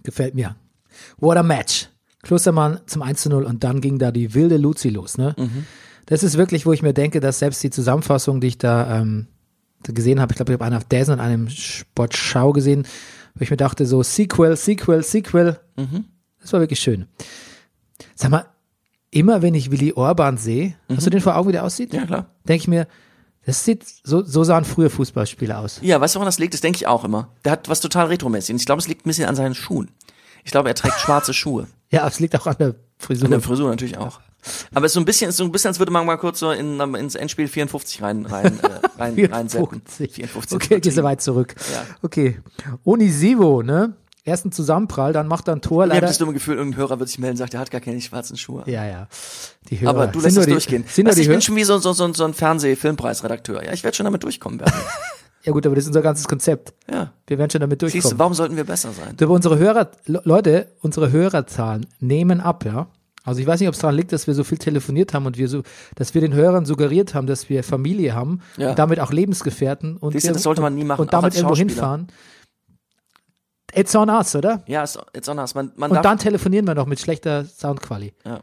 Speaker 1: gefällt mir. What a match. Klostermann zum 1 zu 0 und dann ging da die wilde Luzi los. Ne?
Speaker 2: Mhm.
Speaker 1: Das ist wirklich, wo ich mir denke, dass selbst die Zusammenfassung, die ich da ähm, gesehen habe, ich glaube, ich habe eine auf Dazen und einem Sportschau gesehen, wo ich mir dachte, so Sequel, Sequel, Sequel.
Speaker 2: Mhm.
Speaker 1: Das war wirklich schön. Sag mal, immer wenn ich Willi Orban sehe, hast du den vor Augen, wie der aussieht?
Speaker 2: Mhm. Ja, klar.
Speaker 1: Denke ich mir, das sieht, so, so sahen früher Fußballspieler aus.
Speaker 2: Ja, weißt du, woran das liegt? Das denke ich auch immer. Der hat was total retromäßig. Und ich glaube, es liegt ein bisschen an seinen Schuhen. Ich glaube, er trägt schwarze Schuhe.
Speaker 1: Ja, es liegt auch an der Frisur.
Speaker 2: An der Frisur natürlich auch. Aber es ist so ein bisschen, es ist so ein bisschen, als würde man mal kurz so in, ins Endspiel 54 rein, rein, äh, rein, reinsetzen.
Speaker 1: 54. Okay, gehst du weit zurück.
Speaker 2: Ja.
Speaker 1: Okay. Onisivo, ne? Erst ein Zusammenprall, dann macht er ein Tor.
Speaker 2: Ich habe
Speaker 1: Leider.
Speaker 2: das dumme Gefühl, irgendein Hörer wird sich melden und sagt, der hat gar keine schwarzen Schuhe.
Speaker 1: Ja, ja. Die Hörer.
Speaker 2: Aber du
Speaker 1: Sind
Speaker 2: lässt
Speaker 1: nur
Speaker 2: es
Speaker 1: die-
Speaker 2: durchgehen.
Speaker 1: Sind nur
Speaker 2: weißt, du,
Speaker 1: die
Speaker 2: ich
Speaker 1: Hörer?
Speaker 2: bin schon wie so, so, so, so ein Fernseh-Filmpreisredakteur. Ja, ich werde schon damit durchkommen werden.
Speaker 1: Ja gut, aber das ist unser ganzes Konzept.
Speaker 2: ja.
Speaker 1: Wir werden schon damit
Speaker 2: Siehst du,
Speaker 1: durchkommen.
Speaker 2: warum sollten wir besser sein?
Speaker 1: Aber unsere Hörer, Le- Leute, unsere Hörerzahlen nehmen ab, ja. Also ich weiß nicht, ob es daran liegt, dass wir so viel telefoniert haben und wir so, dass wir den Hörern suggeriert haben, dass wir Familie haben
Speaker 2: Ja.
Speaker 1: und damit auch Lebensgefährten und
Speaker 2: Siehst du,
Speaker 1: wir-
Speaker 2: das sollte man nie machen,
Speaker 1: und
Speaker 2: auch
Speaker 1: damit
Speaker 2: als
Speaker 1: irgendwo
Speaker 2: Schauspieler.
Speaker 1: hinfahren. It's on us, oder?
Speaker 2: Ja, ist, ist anders. Man, man
Speaker 1: Und
Speaker 2: darf,
Speaker 1: dann telefonieren wir noch mit schlechter Soundquali.
Speaker 2: Ja.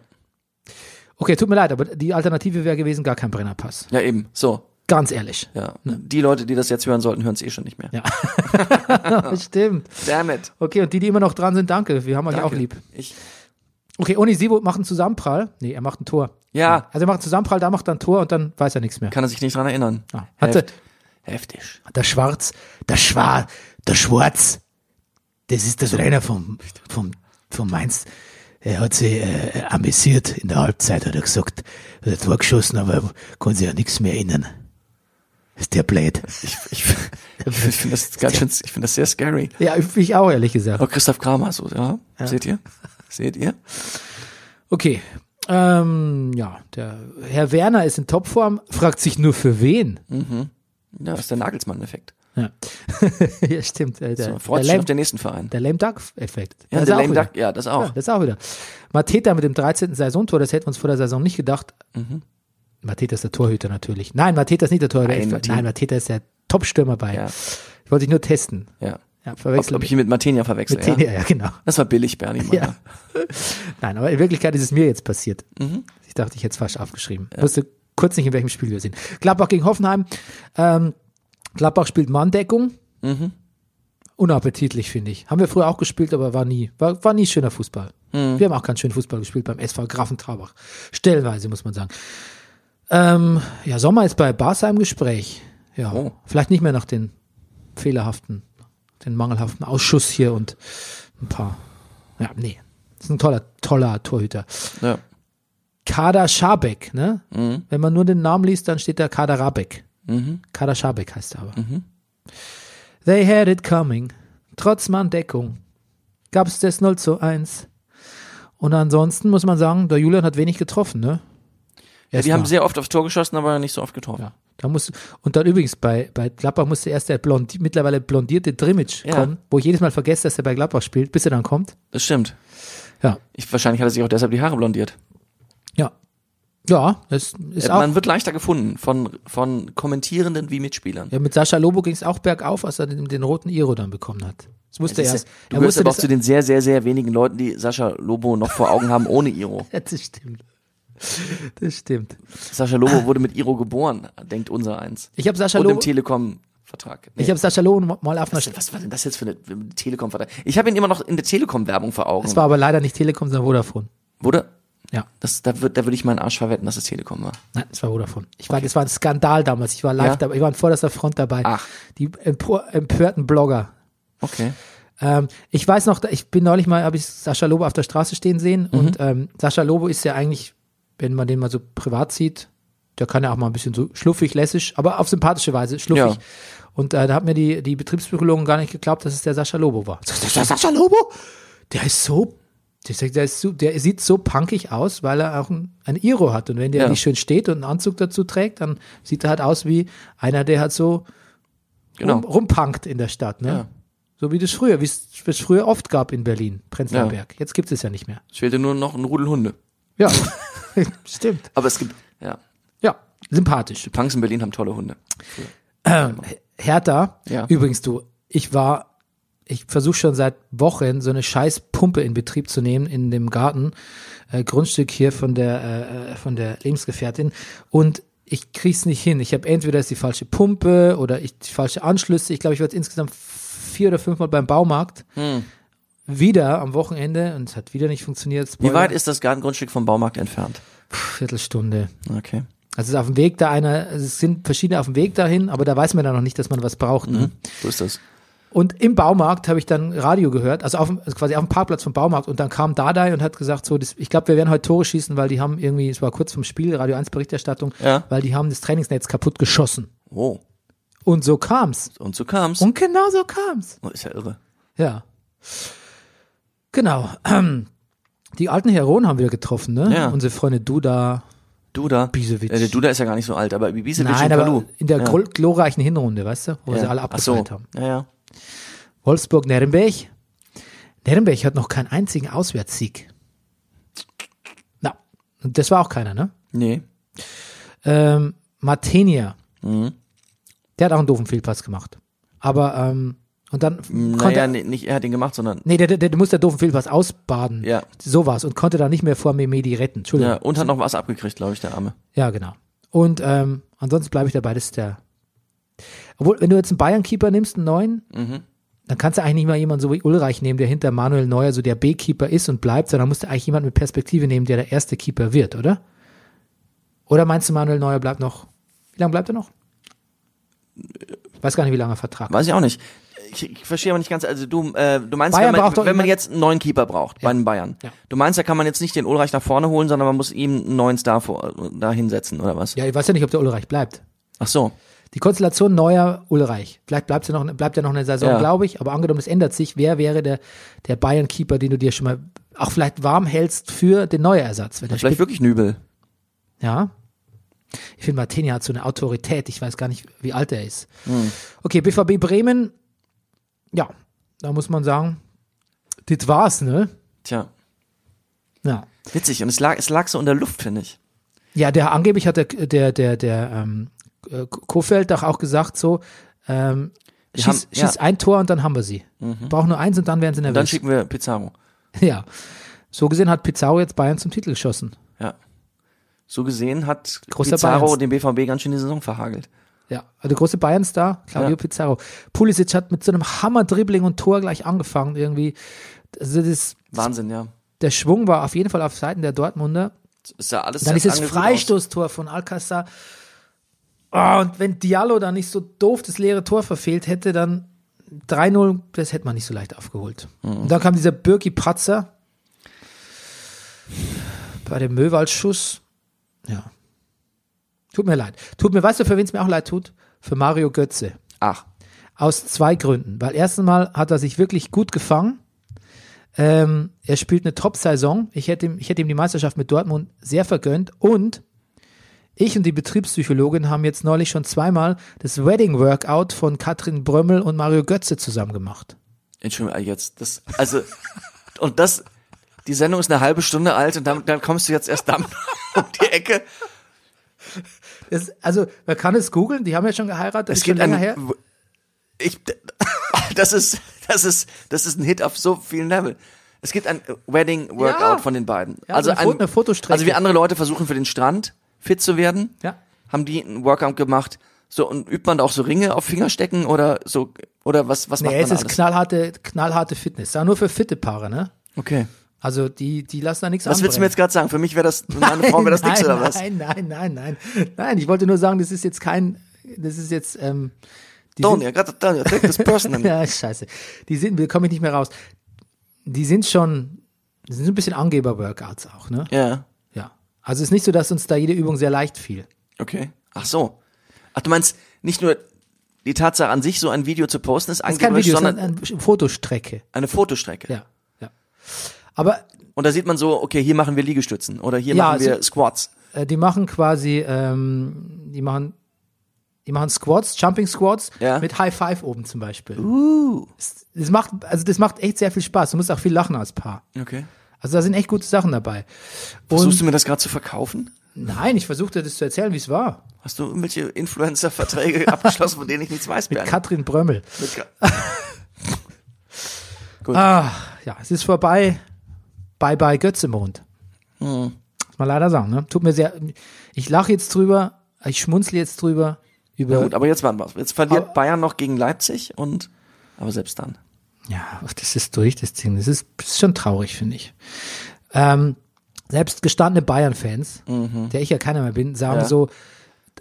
Speaker 1: Okay, tut mir leid, aber die Alternative wäre gewesen gar kein Brennerpass.
Speaker 2: ja, eben. So.
Speaker 1: Ganz ehrlich.
Speaker 2: Ja. Die Leute, die das jetzt hören sollten, hören es eh schon nicht mehr.
Speaker 1: Ja. Stimmt.
Speaker 2: Damn it.
Speaker 1: Okay, und die, die immer noch dran sind, danke. Wir haben euch auch
Speaker 2: Danke.
Speaker 1: lieb.
Speaker 2: Ich,
Speaker 1: Okay, Onisivo macht einen Zusammenprall. Nee, er macht ein Tor.
Speaker 2: ja,
Speaker 1: Also er macht einen Zusammenprall, da macht er ein Tor und dann weiß er nichts mehr.
Speaker 2: kann er sich nicht dran erinnern.
Speaker 1: Ah, hatte,
Speaker 2: Heftig.
Speaker 1: der Schwarz, der Schwarz, der Schwarz, das ist der Trainer vom, vom, vom Mainz. Er hat sich äh, amüsiert in der Halbzeit, hat er gesagt. Hat er Tor geschossen, aber kann sich ja nichts mehr erinnern. Ist der blöd.
Speaker 2: Ich, ich, ich finde das ganz schön, ich finde das sehr scary.
Speaker 1: Ja, ich auch, ehrlich gesagt.
Speaker 2: Oh, Christoph Kramer, so, ja. Seht ihr? Seht ihr?
Speaker 1: Okay. Ähm, ja, der Herr Werner ist in Topform, fragt sich nur für wen.
Speaker 2: Ja, das ist der Nagelsmann-Effekt.
Speaker 1: Ja, ja stimmt. Äh, der,
Speaker 2: So,
Speaker 1: der,
Speaker 2: freut sich auf
Speaker 1: Lame,
Speaker 2: den nächsten Verein.
Speaker 1: der Lame Duck-Effekt.
Speaker 2: Ja,
Speaker 1: Da ist
Speaker 2: der
Speaker 1: er auch
Speaker 2: Lame
Speaker 1: wieder.
Speaker 2: Duck, ja, das auch.
Speaker 1: Ja, Ah, das auch wieder. Mateta mit dem 13. Saisontor, das hätten wir uns vor der Saison nicht gedacht.
Speaker 2: Mhm.
Speaker 1: Mateta ist der Torhüter natürlich. Nein, Mateta ist nicht der Torhüter.
Speaker 2: Nein,
Speaker 1: Nein,
Speaker 2: Mateta.
Speaker 1: Mateta ist der Topstürmer bei
Speaker 2: Ja.
Speaker 1: Ich wollte dich nur testen.
Speaker 2: Ja.
Speaker 1: Ja,
Speaker 2: Ob,
Speaker 1: verwechseln.
Speaker 2: ob ich ihn mit Martinia verwechsel,
Speaker 1: mit
Speaker 2: ja?
Speaker 1: Tenia, ja, genau.
Speaker 2: Das war billig, Bernie Meyer.
Speaker 1: Ja. Nein, aber in Wirklichkeit ist es mir jetzt passiert. Ich dachte, ich hätte es falsch aufgeschrieben. Wusste kurz nicht, in welchem Spiel wir sind. Gladbach gegen Hoffenheim. Ähm, Gladbach spielt Manndeckung. Unappetitlich, finde ich. Haben wir früher auch gespielt, aber war nie, war, war nie schöner Fußball. Wir haben auch ganz schön Fußball gespielt beim SV Grafentraubach. Stellenweise, muss man sagen. Ähm, ja, Sommer ist bei Barca im Gespräch. Ja,
Speaker 2: Oh.
Speaker 1: vielleicht nicht mehr nach den fehlerhaften, den mangelhaften Ausschuss hier und ein paar. Ja, nee. Ist ein toller, toller Torhüter.
Speaker 2: Ja.
Speaker 1: Kader Schabek, ne?
Speaker 2: Mhm.
Speaker 1: Wenn man nur den Namen liest, dann steht da Kader Rabek. Kader Schabek heißt er aber.
Speaker 2: Mhm.
Speaker 1: They had it coming. Trotz Manndeckung gab's das 0 zu 1. Und ansonsten muss man sagen, der Julian hat wenig getroffen, ne?
Speaker 2: Ja, die
Speaker 1: Erstmal.
Speaker 2: haben sehr oft aufs Tor geschossen, aber nicht so oft getroffen.
Speaker 1: Ja. Da muss, und dann übrigens bei, bei Gladbach musste erst der blondi, mittlerweile blondierte Drimmitsch
Speaker 2: Ja.
Speaker 1: kommen, wo ich jedes Mal vergesse, dass er bei Gladbach spielt, bis er dann kommt.
Speaker 2: Das stimmt.
Speaker 1: Ja.
Speaker 2: Ich, wahrscheinlich hat er sich auch deshalb die Haare blondiert.
Speaker 1: Ja. Ja, das ist
Speaker 2: Äh,
Speaker 1: auch.
Speaker 2: Man wird leichter gefunden von, von Kommentierenden wie Mitspielern.
Speaker 1: Ja, mit Sascha Lobo ging es auch bergauf, als er den, den roten Iro dann bekommen hat. Das wusste er erst.
Speaker 2: Siehste, du
Speaker 1: er
Speaker 2: gehörst
Speaker 1: wusste
Speaker 2: aber auch
Speaker 1: das,
Speaker 2: zu den sehr, sehr, sehr wenigen Leuten, die Sascha Lobo noch vor Augen haben ohne Iro.
Speaker 1: das stimmt. Das stimmt.
Speaker 2: Sascha Lobo wurde mit Iro geboren, denkt unser eins.
Speaker 1: Ich habe Sascha
Speaker 2: Und im
Speaker 1: Lobo,
Speaker 2: Telekom-Vertrag. Nee,
Speaker 1: ich habe Sascha Lobo mal auf einer,
Speaker 2: was, was war denn das jetzt für eine Telekom-Vertrag? Ich habe ihn immer noch in der Telekom-Werbung vor Augen.
Speaker 1: das war aber leider nicht Telekom, sondern Vodafone.
Speaker 2: Wurde?
Speaker 1: Ja.
Speaker 2: Das, da würde da würd ich meinen Arsch verwetten, dass es Telekom war.
Speaker 1: Nein, es war Vodafone. Ich war, das war ein Skandal damals. Ich war live
Speaker 2: Ja?
Speaker 1: dabei. Ich war an vorderster Front dabei.
Speaker 2: Ach.
Speaker 1: Die empor, empörten Blogger.
Speaker 2: Okay.
Speaker 1: Ähm, ich weiß noch, ich bin neulich mal, habe ich Sascha Lobo auf der Straße stehen sehen
Speaker 2: Mhm.
Speaker 1: und ähm, Sascha Lobo ist ja eigentlich, wenn man den mal so privat sieht, der kann ja auch mal ein bisschen so schluffig, lässig, aber auf sympathische Weise schluffig.
Speaker 2: Ja.
Speaker 1: Und äh, da hat mir die, die Betriebspsychologin gar nicht geglaubt, dass es der Sascha Lobo war. Das ist der Sascha Lobo? Der ist so, der, der, ist so, der sieht so punkig aus, weil er auch ein, ein Iro hat. Und wenn der
Speaker 2: Ja.
Speaker 1: nicht schön steht und einen Anzug dazu trägt, dann sieht er halt aus wie einer, der halt so
Speaker 2: Genau.
Speaker 1: rum, rumpunkt in der Stadt. Ne?
Speaker 2: Ja.
Speaker 1: So wie das früher, wie es wie es früher oft gab in Berlin, Prenzlauer Berg. Jetzt gibt es ja nicht mehr.
Speaker 2: Es fehlte nur noch ein Rudel Hunde.
Speaker 1: Ja, stimmt.
Speaker 2: Aber es gibt, ja.
Speaker 1: Ja, sympathisch.
Speaker 2: Punks in Berlin haben tolle Hunde.
Speaker 1: Hertha,
Speaker 2: Ja.
Speaker 1: übrigens du, ich war, ich versuche schon seit Wochen so eine scheiß Pumpe in Betrieb zu nehmen in dem Garten, äh, Grundstück hier von der, äh, von der Lebensgefährtin und ich krieg's nicht hin. Ich habe entweder ist die falsche Pumpe oder ich die falsche Anschlüsse. Ich glaube, ich war jetzt insgesamt vier oder fünfmal beim Baumarkt. Wieder am Wochenende und es hat wieder nicht funktioniert.
Speaker 2: Wie
Speaker 1: Spoiler.
Speaker 2: weit ist das Gartengrundstück vom Baumarkt entfernt?
Speaker 1: Viertelstunde.
Speaker 2: Okay.
Speaker 1: Also es ist auf dem Weg da einer, also es sind verschiedene auf dem Weg dahin, aber da weiß man dann noch nicht, dass man was braucht. Ne?
Speaker 2: So ist das.
Speaker 1: Und im Baumarkt habe ich dann Radio gehört, also, auf, dem- also quasi auf dem Parkplatz vom Baumarkt und dann kam Dardai und hat gesagt, so, das, ich glaube, wir werden heute Tore schießen, weil die haben irgendwie, es war kurz vom Spiel, Radio 1 Berichterstattung,
Speaker 2: Ja.
Speaker 1: weil die haben das Trainingsnetz kaputt geschossen.
Speaker 2: Oh.
Speaker 1: Und so kam's.
Speaker 2: Und so kam's.
Speaker 1: Und genau so kam's.
Speaker 2: Oh, ist ja irre.
Speaker 1: Ja. Genau. Die alten Heroen haben wieder getroffen, ne?
Speaker 2: Ja.
Speaker 1: Unsere Freunde Duda.
Speaker 2: Duda.
Speaker 1: Bisevic.
Speaker 2: Äh, der Duda ist ja gar nicht so alt, aber Ibisevic
Speaker 1: Nein,
Speaker 2: und
Speaker 1: aber
Speaker 2: Kalou.
Speaker 1: in der
Speaker 2: ja.
Speaker 1: gl- glorreichen Hinrunde, weißt du, wo
Speaker 2: ja.
Speaker 1: sie alle
Speaker 2: Ach so.
Speaker 1: abgefeiert haben.
Speaker 2: Ja, ja.
Speaker 1: Wolfsburg-Nürnberg. Nürnberg hat noch keinen einzigen Auswärtssieg. Na, und das war auch keiner, ne?
Speaker 2: Nee.
Speaker 1: Ähm, Martenia. Der hat auch einen doofen Fehlpass gemacht. Aber, ähm, und dann konnte
Speaker 2: Naja, nee, nicht er hat ihn gemacht, sondern
Speaker 1: Nee, der, der, der muss der doofen Fehlpass ausbaden.
Speaker 2: Ja.
Speaker 1: So war's. Und konnte da nicht mehr vor Memedi retten. Entschuldigung.
Speaker 2: ja, und hat noch was abgekriegt, glaube ich, der Arme.
Speaker 1: Ja, genau. Und ähm, ansonsten bleibe ich dabei, das ist der. Obwohl, wenn du jetzt einen Bayern-Keeper nimmst, einen neuen, dann kannst du eigentlich nicht mal jemanden so wie Ulreich nehmen, der hinter Manuel Neuer so der B-Keeper ist und bleibt, sondern musst du eigentlich jemanden mit Perspektive nehmen, der der erste Keeper wird, oder? Oder meinst du, Manuel Neuer bleibt noch? Wie lange bleibt er noch? Ich weiß gar nicht, wie lange er Vertrag hat.
Speaker 2: Weiß ich auch nicht. Ich, ich verstehe aber nicht ganz, also du, äh, du meinst,
Speaker 1: Bayern
Speaker 2: wenn, man,
Speaker 1: braucht doch
Speaker 2: wenn man
Speaker 1: jemand-
Speaker 2: jetzt einen neuen Keeper braucht, bei den Bayern.
Speaker 1: Ja.
Speaker 2: Du meinst, da kann man jetzt nicht den Ulreich nach vorne holen, sondern man muss ihm einen neuen Star vor, da hinsetzen, oder was?
Speaker 1: Ja, ich weiß ja nicht, ob der Ulreich bleibt.
Speaker 2: Ach so.
Speaker 1: Die Konstellation neuer Ulreich. Vielleicht bleibt er noch, bleibt er noch eine Saison,
Speaker 2: Ja.
Speaker 1: glaube ich. Aber angenommen, es ändert sich. Wer wäre der, der Bayern-Keeper, den du dir schon mal auch vielleicht warm hältst für den Neuerersatz? Wenn er
Speaker 2: Vielleicht
Speaker 1: spielt?
Speaker 2: wirklich Nübel.
Speaker 1: Ja. Ich finde, Martini hat so eine Autorität. Ich weiß gar nicht, wie alt er ist.
Speaker 2: Hm.
Speaker 1: Okay, BVB Bremen. Ja, da muss man sagen, das war's, ne?
Speaker 2: Tja.
Speaker 1: Ja.
Speaker 2: Witzig, und es lag, es lag so in der Luft, finde ich.
Speaker 1: Ja, der angeblich hat der, der, der, der ähm, äh, Kofeld doch auch gesagt so, ähm,
Speaker 2: Wir
Speaker 1: Schieß,
Speaker 2: haben- ja. Mhm.
Speaker 1: schieß ein Tor und dann haben wir sie. Brauchen nur eins und dann werden sie
Speaker 2: Und dann
Speaker 1: nervös.
Speaker 2: schicken wir Pizarro.
Speaker 1: ja. So gesehen hat Pizarro jetzt Bayern zum Titel geschossen.
Speaker 2: Ja. So gesehen hat
Speaker 1: Großer
Speaker 2: Pizarro
Speaker 1: Bayerns.
Speaker 2: den BVB ganz schön die Saison verhagelt.
Speaker 1: Ja, also große Bayern-Star, Claudio
Speaker 2: Ja.
Speaker 1: Pizarro. Pulisic hat mit so einem Hammer-Dribbling und Tor gleich angefangen irgendwie. Also das,
Speaker 2: Wahnsinn, ja.
Speaker 1: der Schwung war auf jeden Fall auf Seiten der Dortmunder.
Speaker 2: Ist ja alles
Speaker 1: Dann
Speaker 2: sehr
Speaker 1: dieses
Speaker 2: lange gut
Speaker 1: Freistoßtor von Alcázar. Ah, und wenn Diallo da nicht so doof das leere Tor verfehlt hätte, dann 3-0, das hätte man nicht so leicht aufgeholt.
Speaker 2: Mhm.
Speaker 1: Und dann kam dieser Birki Pratzer bei dem Möwald-Schuss. Ja. Tut mir leid. Tut mir, weißt du, für wen es mir auch leid tut? Für Mario Götze.
Speaker 2: aus. Ach,
Speaker 1: Aus zwei Gründen. Weil erstens mal hat er sich wirklich gut gefangen. Ähm, er spielt eine Top-Saison. Ich hätte, ihm, ich hätte ihm die Meisterschaft mit Dortmund sehr vergönnt. Und ich und die Betriebspsychologin haben jetzt neulich schon zweimal das Wedding-Workout von Katrin Brömmel und Mario Götze zusammen gemacht.
Speaker 2: Entschuldigung, ah, jetzt. Das, also, und das, die Sendung ist eine halbe Stunde alt und dann, dann kommst du jetzt erst damit um die Ecke.
Speaker 1: Das, also, man kann es googeln. Die haben ja schon geheiratet.
Speaker 2: Es
Speaker 1: ist schon
Speaker 2: gibt ein,
Speaker 1: länger her.
Speaker 2: ich, das ist, das ist, das ist ein Hit auf so vielen Level. Es gibt ein Wedding Workout
Speaker 1: Ja.
Speaker 2: von den beiden.
Speaker 1: Ja,
Speaker 2: also
Speaker 1: eine Fo- eine Fotostrecke.
Speaker 2: Also wie andere Leute versuchen für den Strand fit zu werden,
Speaker 1: Ja.
Speaker 2: haben die ein Workout gemacht. So und übt man da auch so Ringe auf Finger stecken oder so oder was was macht
Speaker 1: Nee,
Speaker 2: man
Speaker 1: es
Speaker 2: da
Speaker 1: ist
Speaker 2: alles?
Speaker 1: knallharte, knallharte Fitness. Da nur für fitte Paare, ne?
Speaker 2: Okay.
Speaker 1: Also, die, die lassen da nichts
Speaker 2: Was willst du mir
Speaker 1: anbrennen.
Speaker 2: jetzt gerade sagen? Für mich wäre das meine Frau wäre das
Speaker 1: nein,
Speaker 2: nichts oder was?
Speaker 1: Nein, nein, nein, nein. Nein, ich wollte nur sagen, das ist jetzt kein, das ist jetzt, ähm, die
Speaker 2: Don't,
Speaker 1: sind,
Speaker 2: ja, gerade don't, take this person.
Speaker 1: ja, scheiße. Die sind, wir kommen nicht mehr raus. Die sind schon, das sind so ein bisschen Angeber-Workouts auch, ne?
Speaker 2: ja.
Speaker 1: Ja. Also es ist nicht so, dass uns da jede Übung sehr leicht fiel.
Speaker 2: Okay. Ach so. Ach, du meinst nicht nur die Tatsache an sich, so ein Video zu posten, ist
Speaker 1: Das ist kein
Speaker 2: angeblich,
Speaker 1: Video,
Speaker 2: sondern
Speaker 1: sondern eine Fotostrecke.
Speaker 2: eine Fotostrecke.
Speaker 1: Ja, ja. Aber
Speaker 2: Und da sieht man so, okay, hier machen wir Liegestützen oder hier
Speaker 1: Ja,
Speaker 2: machen wir
Speaker 1: also-
Speaker 2: Squats.
Speaker 1: äh, die machen quasi, ähm, die machen, die machen Squats, Jumping Squats
Speaker 2: Ja.
Speaker 1: mit High Five oben zum Beispiel. Uh. Das, das macht, also das macht echt sehr viel Spaß. Du musst auch viel lachen als Paar.
Speaker 2: Okay.
Speaker 1: Also da sind echt gute Sachen dabei.
Speaker 2: Versuchst
Speaker 1: Und
Speaker 2: du mir das gerade zu verkaufen?
Speaker 1: nein, ich versuchte das zu erzählen, wie es war.
Speaker 2: Hast du irgendwelche Influencer-Verträge abgeschlossen, von denen ich nichts weiß, Bernd?
Speaker 1: Katrin Brömmel.
Speaker 2: Mit Ka-
Speaker 1: Ah, ja, es ist vorbei. Bye bye Götzemond.
Speaker 2: Hm.
Speaker 1: Muss man leider sagen, ne? Tut mir sehr ich lache jetzt drüber, ich schmunzle jetzt drüber
Speaker 2: Na
Speaker 1: über
Speaker 2: Gut, aber jetzt warten wir. Jetzt verliert
Speaker 1: Aber-
Speaker 2: Bayern noch gegen Leipzig und aber selbst dann.
Speaker 1: Ja, ach, das ist durch, das Ding. Das ist, das ist schon traurig, finde ich. Ähm, selbst gestandene Bayern-Fans, der ich ja keiner mehr bin, sagen
Speaker 2: Ja.
Speaker 1: so,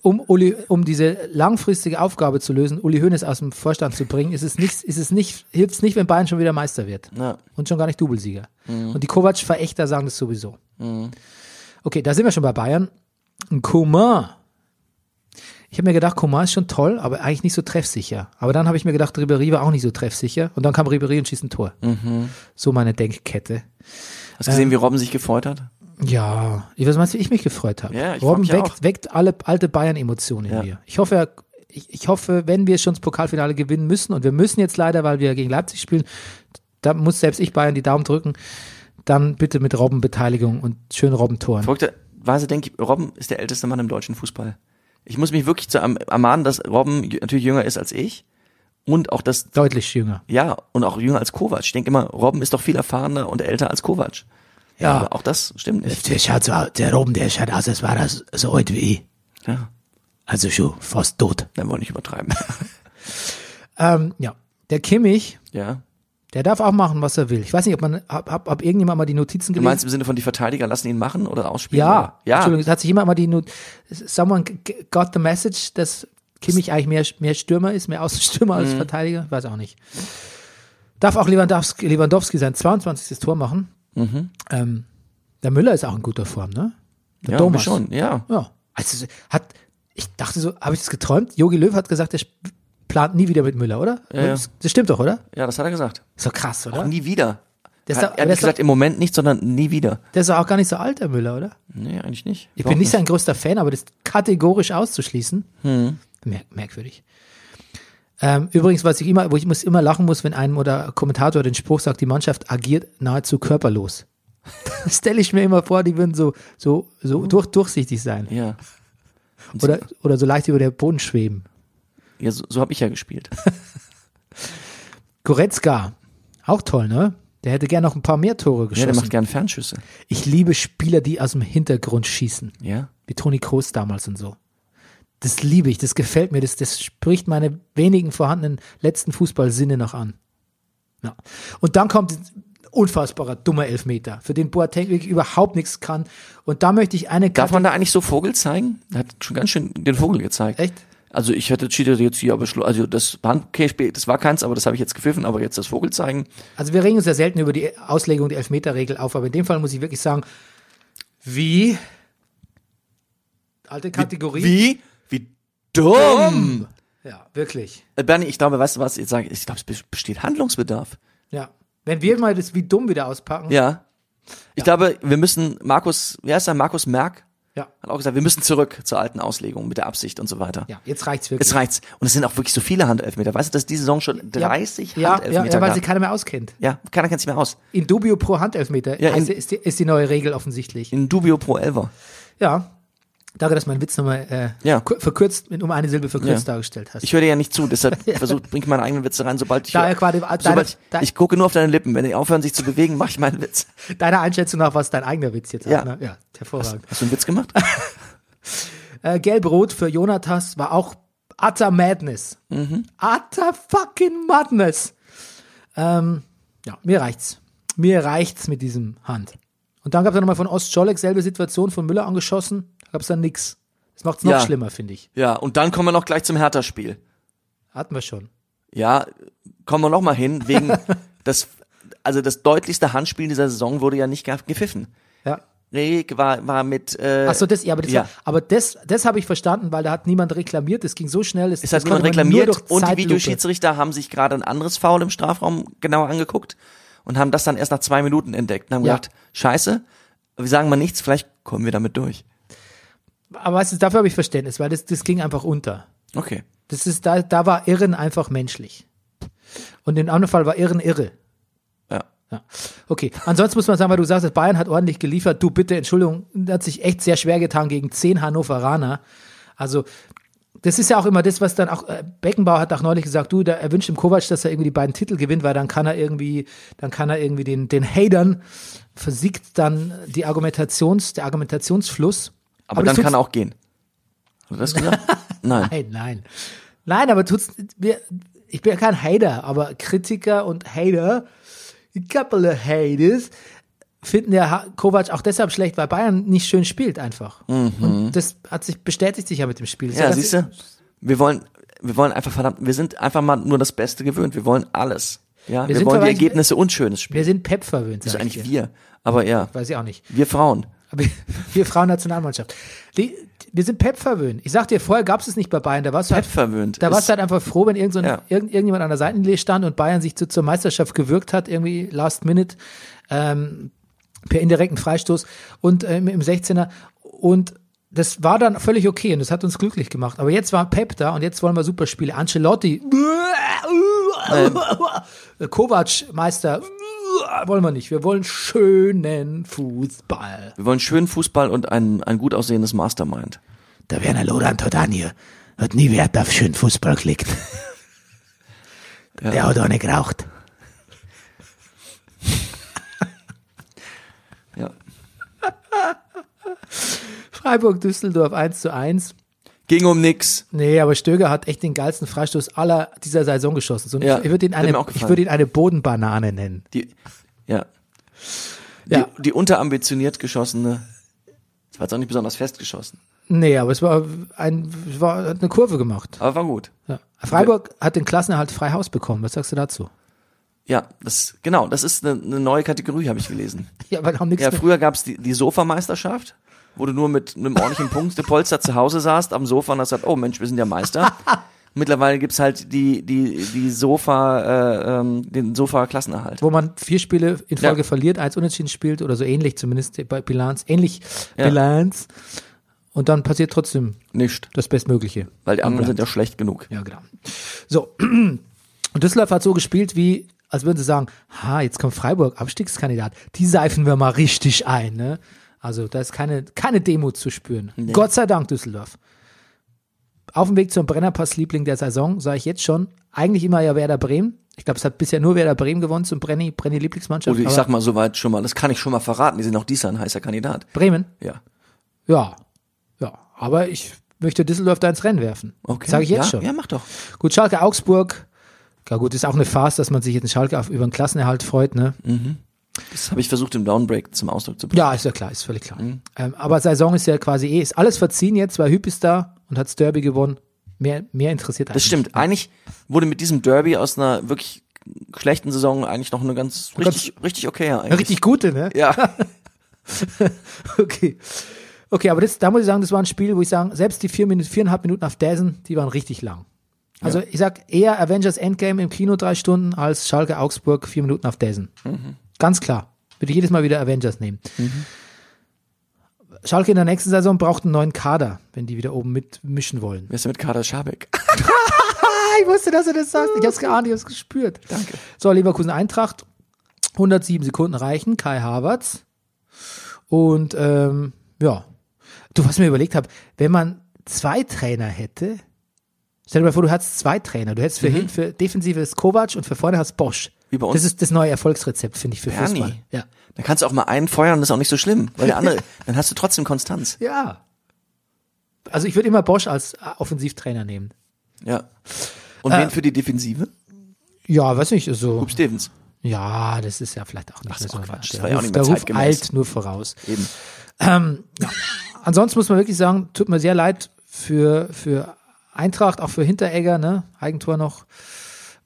Speaker 1: um, Uli, um diese langfristige Aufgabe zu lösen, Uli Hoeneß aus dem Vorstand zu bringen, ist es nicht, ist es nicht, hilft es nicht, wenn Bayern schon wieder Meister wird.
Speaker 2: Ja.
Speaker 1: Und schon gar nicht Doublesieger. Und die Kovac-Verächter sagen das sowieso. Okay, da sind wir schon bei Bayern. Ein Coman. Ich habe mir gedacht, Coman ist schon toll, aber eigentlich nicht so treffsicher. Aber dann habe ich mir gedacht, Ribéry war auch nicht so treffsicher. Und dann kam Ribéry und schießt ein Tor. So meine Denkkette.
Speaker 2: Hast du gesehen, wie Robben sich gefreut hat?
Speaker 1: Ja, ich weiß meinst, du, wie ich mich gefreut habe.
Speaker 2: Ja, ich frag
Speaker 1: Robben
Speaker 2: mich
Speaker 1: weckt,
Speaker 2: auch.
Speaker 1: weckt alle alte Bayern-Emotionen in
Speaker 2: Ja.
Speaker 1: mir. Ich hoffe, er- ich, ich hoffe, wenn wir schon das Pokalfinale gewinnen müssen, und wir müssen jetzt leider, weil wir gegen Leipzig spielen, da muss selbst ich Bayern die Daumen drücken, dann bitte mit Robben-Beteiligung und schönen Robben-Toren.
Speaker 2: Verrückterweise denke ich, Robben ist der älteste Mann im deutschen Fußball. Ich muss mich wirklich zu am- ermahnen, dass Robben jü- natürlich jünger ist als ich und auch das,
Speaker 1: Deutlich jünger.
Speaker 2: ja, und auch jünger als Kovac. Ich denke immer, Robben ist doch viel erfahrener und älter als Kovac.
Speaker 1: Ja.
Speaker 2: Aber auch das stimmt nicht.
Speaker 1: Der schaut so aus, der Robben, der schaut aus, als war das so alt wie ich.
Speaker 2: Ja,
Speaker 1: Also schon fast tot.
Speaker 2: dann wollen wir nicht übertreiben.
Speaker 1: Ähm, ja. Der Kimmich,
Speaker 2: ja.
Speaker 1: der darf auch machen, was er will. Ich weiß nicht, ob man, ob, ob, ob irgendjemand mal die Notizen
Speaker 2: Du
Speaker 1: gelesen
Speaker 2: meinst im Sinne von die Verteidiger lassen ihn machen oder ausspielen?
Speaker 1: Ja,
Speaker 2: oder? Ja.
Speaker 1: Entschuldigung, es hat sich jemand mal die Not Someone g- g- got the message, dass Kimmich eigentlich mehr, mehr Stürmer ist, mehr Außenstürmer
Speaker 2: Mhm.
Speaker 1: als Verteidiger. Weiß auch nicht. Darf auch Lewandowski, Lewandowski sein 22. Tor machen.
Speaker 2: Mhm.
Speaker 1: Ähm, der Müller ist auch in guter Form, ne? Der
Speaker 2: Ja,
Speaker 1: Thomas.
Speaker 2: schon, ja.
Speaker 1: Ja. Also hat, ich dachte so, habe ich das geträumt? Jogi Löw hat gesagt, er sp- plant nie wieder mit Müller, oder?
Speaker 2: Ja, ja.
Speaker 1: Das stimmt doch, oder?
Speaker 2: Ja, das hat er gesagt.
Speaker 1: So krass,
Speaker 2: Auch
Speaker 1: oder?
Speaker 2: nie wieder.
Speaker 1: Der ist
Speaker 2: er
Speaker 1: doch-
Speaker 2: hat
Speaker 1: der
Speaker 2: nicht
Speaker 1: ist doch-
Speaker 2: gesagt, im Moment nicht, sondern nie wieder.
Speaker 1: Der ist doch auch gar nicht so alt, der Müller, oder?
Speaker 2: Nee, eigentlich nicht.
Speaker 1: Ich bin nicht sein größter Fan, aber das kategorisch auszuschließen,
Speaker 2: Hm.
Speaker 1: merk merkwürdig. Ähm, übrigens, was ich immer, wo ich muss immer lachen muss, wenn einem oder Kommentator den Spruch sagt, die Mannschaft agiert nahezu körperlos. Das stelle ich mir immer vor, die würden so, so,
Speaker 2: Oh.
Speaker 1: so durch, durchsichtig sein.
Speaker 2: Ja.
Speaker 1: Oder, oder so leicht über der Boden schweben.
Speaker 2: Ja, so, so habe ich ja gespielt.
Speaker 1: Goretzka, auch toll, ne? Der hätte gern noch ein paar mehr Tore
Speaker 2: Ja, der
Speaker 1: geschossen.
Speaker 2: macht gern Fernschüsse.
Speaker 1: ich liebe Spieler, die aus dem Hintergrund schießen.
Speaker 2: Ja.
Speaker 1: Wie Toni Kroos damals und so. Das liebe ich, das gefällt mir, das, das spricht meine wenigen vorhandenen letzten Fußballsinne noch an. Ja. Und dann kommt ein unfassbarer dummer Elfmeter, für den Boateng wirklich überhaupt nichts kann. Und da möchte ich eine
Speaker 2: Darf
Speaker 1: Karte.
Speaker 2: man da eigentlich so Vogel zeigen? Er hat schon ganz schön den Vogel gezeigt.
Speaker 1: Echt?
Speaker 2: Also ich hätte Cheater jetzt hier aber schlu- also das war okay, spä- das war keins, aber das habe ich jetzt gepfiffen, aber jetzt das Vogel zeigen.
Speaker 1: Also wir regen uns ja selten über die Auslegung der Elfmeterregel auf, aber in dem Fall muss ich wirklich sagen, wie alte Kategorie.
Speaker 2: Wie? Wie dumm!
Speaker 1: Ja, wirklich.
Speaker 2: Äh, Bernie, ich glaube, weißt du was? Jetzt sage ich, ich glaube, es be- besteht Handlungsbedarf.
Speaker 1: Ja. Wenn wir mal das wie dumm wieder auspacken.
Speaker 2: Ja. Ich glaube, wir müssen Markus, wer ist er? Markus Merck
Speaker 1: Ja.
Speaker 2: hat auch gesagt, wir müssen zurück zur alten Auslegung mit der Absicht und so weiter.
Speaker 1: Ja, jetzt reicht's wirklich.
Speaker 2: Jetzt reicht's. Und es sind auch wirklich so viele Handelfmeter. Weißt du, dass diese Saison schon 30
Speaker 1: ja, ja,
Speaker 2: Handelfmeter
Speaker 1: ja, weil sie
Speaker 2: gab?
Speaker 1: keiner mehr auskennt.
Speaker 2: ja, keiner kennt sich mehr aus.
Speaker 1: In dubio pro Handelfmeter
Speaker 2: Ja, in-
Speaker 1: heißt, ist, die, ist die neue Regel offensichtlich.
Speaker 2: In Dubio pro Elver.
Speaker 1: Ja. Danke, dass mein Witz nochmal äh,
Speaker 2: Ja.
Speaker 1: ku- verkürzt, mit um eine Silbe verkürzt
Speaker 2: Ja.
Speaker 1: dargestellt hast.
Speaker 2: Ich höre dir ja nicht zu, deshalb versuch, bring ich meine eigenen Witze rein, sobald ich,
Speaker 1: Daher quasi- deine-
Speaker 2: sobald ich,
Speaker 1: deine-
Speaker 2: ich gucke nur auf deine Lippen. Wenn die aufhören, sich zu bewegen, mache ich meinen Witz.
Speaker 1: Deiner Einschätzung nach war es dein eigener Witz jetzt.
Speaker 2: Ja.
Speaker 1: auch, ne? ja hervorragend.
Speaker 2: Hast du einen Witz gemacht?
Speaker 1: Äh, Gelb-Rot für Jonatas war auch utter Madness.
Speaker 2: Mhm.
Speaker 1: Utter fucking Madness. Ähm, ja, mir reicht's. Mir reicht's mit diesem Hand. Und dann gab's dann nochmal von Ostscholek selbe Situation von Müller angeschossen. Da gab's dann nix. Das macht's noch
Speaker 2: Ja.
Speaker 1: schlimmer, finde ich.
Speaker 2: ja, und dann kommen wir noch gleich zum Hertha-Spiel.
Speaker 1: Hatten wir schon.
Speaker 2: Ja, kommen wir noch mal hin, wegen das, also das deutlichste Handspiel dieser Saison wurde ja nicht ge- gepfiffen.
Speaker 1: Ja.
Speaker 2: Reg war, war mit, äh,
Speaker 1: Ach so, das, ja, aber das,
Speaker 2: ja.
Speaker 1: war- aber das, das habe ich verstanden, weil da hat niemand reklamiert. Das ging so schnell. Das,
Speaker 2: es hat
Speaker 1: das konnte
Speaker 2: niemand
Speaker 1: man nur
Speaker 2: reklamiert
Speaker 1: durch
Speaker 2: und die
Speaker 1: Zeitlupe.
Speaker 2: Videoschiedsrichter haben sich gerade ein anderes Foul im Strafraum genauer angeguckt und haben das dann erst nach zwei Minuten entdeckt und haben
Speaker 1: Ja.
Speaker 2: gedacht, scheiße, wir sagen mal nichts, vielleicht kommen wir damit durch.
Speaker 1: Aber weißt du, dafür habe ich Verständnis, weil das, das ging einfach unter.
Speaker 2: Okay.
Speaker 1: Das ist, da, da war Irren einfach menschlich. Und im anderen Fall war Irren irre.
Speaker 2: Ja.
Speaker 1: Ja. Okay, ansonsten muss man sagen, weil du sagst, Bayern hat ordentlich geliefert. Du bitte, Entschuldigung, das hat sich echt sehr schwer getan gegen zehn Hannoveraner. Also, das ist ja auch immer das, was dann auch äh, Beckenbauer hat auch neulich gesagt, du, da, er wünscht dem Kovac, dass er irgendwie die beiden Titel gewinnt, weil dann kann er irgendwie, dann kann er irgendwie den, den Hatern versiegt dann die Argumentations, der Argumentationsfluss.
Speaker 2: Aber,
Speaker 1: das
Speaker 2: dann kann
Speaker 1: tut's-
Speaker 2: er auch gehen. Hat er das gesagt? Nein.
Speaker 1: Nein, nein. Nein, aber tut's. Wir, ich bin ja kein Hater, aber Kritiker und Hater, a couple of haters, finden ja Ha- Kovac auch deshalb schlecht, weil Bayern nicht schön spielt einfach. Und das hat sich, bestätigt sich ja mit dem Spiel. So,
Speaker 2: Mhm. Ja,
Speaker 1: das-
Speaker 2: siehst du? Wir wollen, wir wollen einfach verdammt, wir sind einfach mal nur das Beste gewöhnt. Wir wollen alles. Ja,
Speaker 1: Wir
Speaker 2: wir,
Speaker 1: sind
Speaker 2: wollen die
Speaker 1: verwandt-
Speaker 2: Ergebnisse und schönes Spiel.
Speaker 1: Wir sind Pep verwöhnt,
Speaker 2: Das
Speaker 1: sag
Speaker 2: ist
Speaker 1: ich
Speaker 2: eigentlich
Speaker 1: dir.
Speaker 2: wir. Aber ja,
Speaker 1: Weiß ich auch nicht.
Speaker 2: wir Frauen.
Speaker 1: Aber wir Frauen-Nationalmannschaft. Die, wir sind Pep verwöhnt. Ich sag dir, vorher gab's es nicht bei Bayern. Da warst du halt,
Speaker 2: Verwöhnt.
Speaker 1: Da
Speaker 2: Ist-
Speaker 1: warst du halt einfach froh, wenn irgend so ein,
Speaker 2: Ja.
Speaker 1: irgend, irgendjemand an der Seitenlinie stand und Bayern sich zu, zur Meisterschaft gewürgt hat, irgendwie last minute, ähm, per indirekten Freistoß und ähm, im 16er. Und das war dann völlig okay und das hat uns glücklich gemacht. Aber jetzt war Pep da und jetzt wollen wir Superspiele. Ancelotti, Kovac, Meister, wollen wir nicht. Wir wollen schönen Fußball.
Speaker 2: wir wollen schönen Fußball und ein, ein gut aussehendes Mastermind.
Speaker 1: Der Werner Lorant ne hat an hier, hat nie Wert auf schönen Fußball gelegt. Der hat auch nicht geraucht.
Speaker 2: Ja.
Speaker 1: Freiburg-Düsseldorf 1 zu 1.
Speaker 2: Ging um nix.
Speaker 1: Nee, aber Stöger hat echt den geilsten Freistoß aller dieser Saison geschossen. So,
Speaker 2: Ja,
Speaker 1: ich würde ihn,
Speaker 2: hat mir
Speaker 1: eine-
Speaker 2: auch
Speaker 1: ich
Speaker 2: gefallen.
Speaker 1: würde ihn eine Bodenbanane nennen.
Speaker 2: Die, ja.
Speaker 1: Ja.
Speaker 2: Die, die unterambitioniert geschossene. Das war jetzt auch nicht besonders fest geschossen.
Speaker 1: Nee, aber es war, ein, es war hat eine Kurve gemacht.
Speaker 2: Aber war gut.
Speaker 1: Ja. Freiburg hat den Klassenerhalt frei Haus bekommen. Was sagst du dazu?
Speaker 2: Ja, das, genau, das ist eine, eine neue Kategorie, habe ich gelesen.
Speaker 1: Ja, weil haben nichts
Speaker 2: Ja,
Speaker 1: mehr-
Speaker 2: früher gab's die, die Sofameisterschaft, wo du nur mit einem ordentlichen Punktepolster zu Hause saßt am Sofa und hast gesagt, oh Mensch, wir sind ja Meister. Mittlerweile gibt's halt die, die, die Sofa, äh, ähm, den Sofa-Klassenerhalt.
Speaker 1: wo man vier Spiele in
Speaker 2: Ja.
Speaker 1: Folge verliert, eins unentschieden spielt oder so ähnlich, zumindest bei Bilanz, ähnlich
Speaker 2: Ja.
Speaker 1: Bilanz. Und dann passiert trotzdem
Speaker 2: Nicht,
Speaker 1: das Bestmögliche.
Speaker 2: weil die anderen
Speaker 1: Am
Speaker 2: sind ja schlecht genug.
Speaker 1: Ja, genau. So, und Düsseldorf hat so gespielt, wie, als würden sie sagen, ha, jetzt kommt Freiburg, Abstiegskandidat, die seifen wir mal richtig ein, ne? Also da ist keine, keine Demut zu spüren. Gott sei Dank, Düsseldorf. Auf dem Weg zum Brennerpass-Liebling der Saison, sage ich jetzt schon, eigentlich immer ja Werder Bremen. Ich glaube, es hat bisher nur Werder Bremen gewonnen zum Brenny, Brenny-Lieblingsmannschaft.
Speaker 2: Oder Oh, ich
Speaker 1: aber
Speaker 2: sag mal soweit schon mal, das kann ich schon mal verraten, die sind auch dies Jahr ein heißer Kandidat.
Speaker 1: Bremen?
Speaker 2: Ja.
Speaker 1: Ja. Ja. Aber ich möchte Düsseldorf da ins Rennen werfen.
Speaker 2: Okay.
Speaker 1: Sage ich jetzt
Speaker 2: ja,
Speaker 1: schon.
Speaker 2: Ja, mach doch.
Speaker 1: Gut, Schalke Augsburg. Ja gut, ist auch eine Farce, dass man sich jetzt in Schalke auf, über einen Klassenerhalt freut, ne?
Speaker 2: Das habe ich versucht im Downbreak zum Ausdruck zu bringen.
Speaker 1: Ja, ist ja klar, ist völlig klar. Ähm, aber Saison ist ja quasi eh, ist alles verziehen jetzt, weil Hüb ist da und hat's Derby gewonnen. Mehr, mehr interessiert
Speaker 2: Das stimmt. Eigentlich wurde mit diesem Derby aus einer wirklich schlechten Saison eigentlich noch eine ganz richtig, richtig okayer
Speaker 1: Eine
Speaker 2: eigentlich.
Speaker 1: richtig gute, ne?
Speaker 2: Ja.
Speaker 1: Okay. Okay, aber das, da muss ich sagen, das war ein Spiel, wo ich sagen, selbst die vier Minuten, viereinhalb Minuten auf Dazen, die waren richtig lang. Also ich sag eher Avengers Endgame im Kino drei Stunden als Schalke Augsburg vier Minuten auf Dazen. Ganz klar. Würde ich jedes Mal wieder Avengers nehmen. Schalke in der nächsten Saison braucht einen neuen Kader, wenn die wieder oben mitmischen wollen.
Speaker 2: Wer ist denn mit Kader Schabek?
Speaker 1: Ah, ich wusste, dass du das sagst. Ich hab's geahnt, ich hab's gespürt. Danke. So, Leverkusen Eintracht. 107 Sekunden reichen. Kai Havertz. Und ähm, ja. Du, was ich mir überlegt habe, wenn man zwei Trainer hätte, stell dir mal vor, du hast zwei Trainer. Du hättest für, hin, für defensives Kovac und für vorne hast Bosch.
Speaker 2: Wie bei uns.
Speaker 1: Das ist das neue Erfolgsrezept, finde ich, für
Speaker 2: Bernie.
Speaker 1: Fußball. Ja.
Speaker 2: Dann kannst du auch mal einen feuern, das ist auch nicht so schlimm, weil der andere, dann hast du trotzdem Konstanz.
Speaker 1: ja. Also ich würde immer Bosch als äh, Offensivtrainer nehmen.
Speaker 2: Ja. Und wen für die Defensive?
Speaker 1: Ja, weiß nicht, also- so.
Speaker 2: Bob Stevens.
Speaker 1: Ja, das ist ja vielleicht auch nicht
Speaker 2: ist
Speaker 1: mehr so
Speaker 2: auch
Speaker 1: weit.
Speaker 2: Quatsch.
Speaker 1: Der
Speaker 2: Das war ja auch
Speaker 1: Ruf-
Speaker 2: nicht mehr
Speaker 1: der Ruf
Speaker 2: zeitgemäß.
Speaker 1: eilt nur voraus. Ähm,
Speaker 2: Eben.
Speaker 1: Ansonsten muss man wirklich sagen, tut mir sehr leid für, für Eintracht, auch für Hinteregger, ne? Eigentor noch.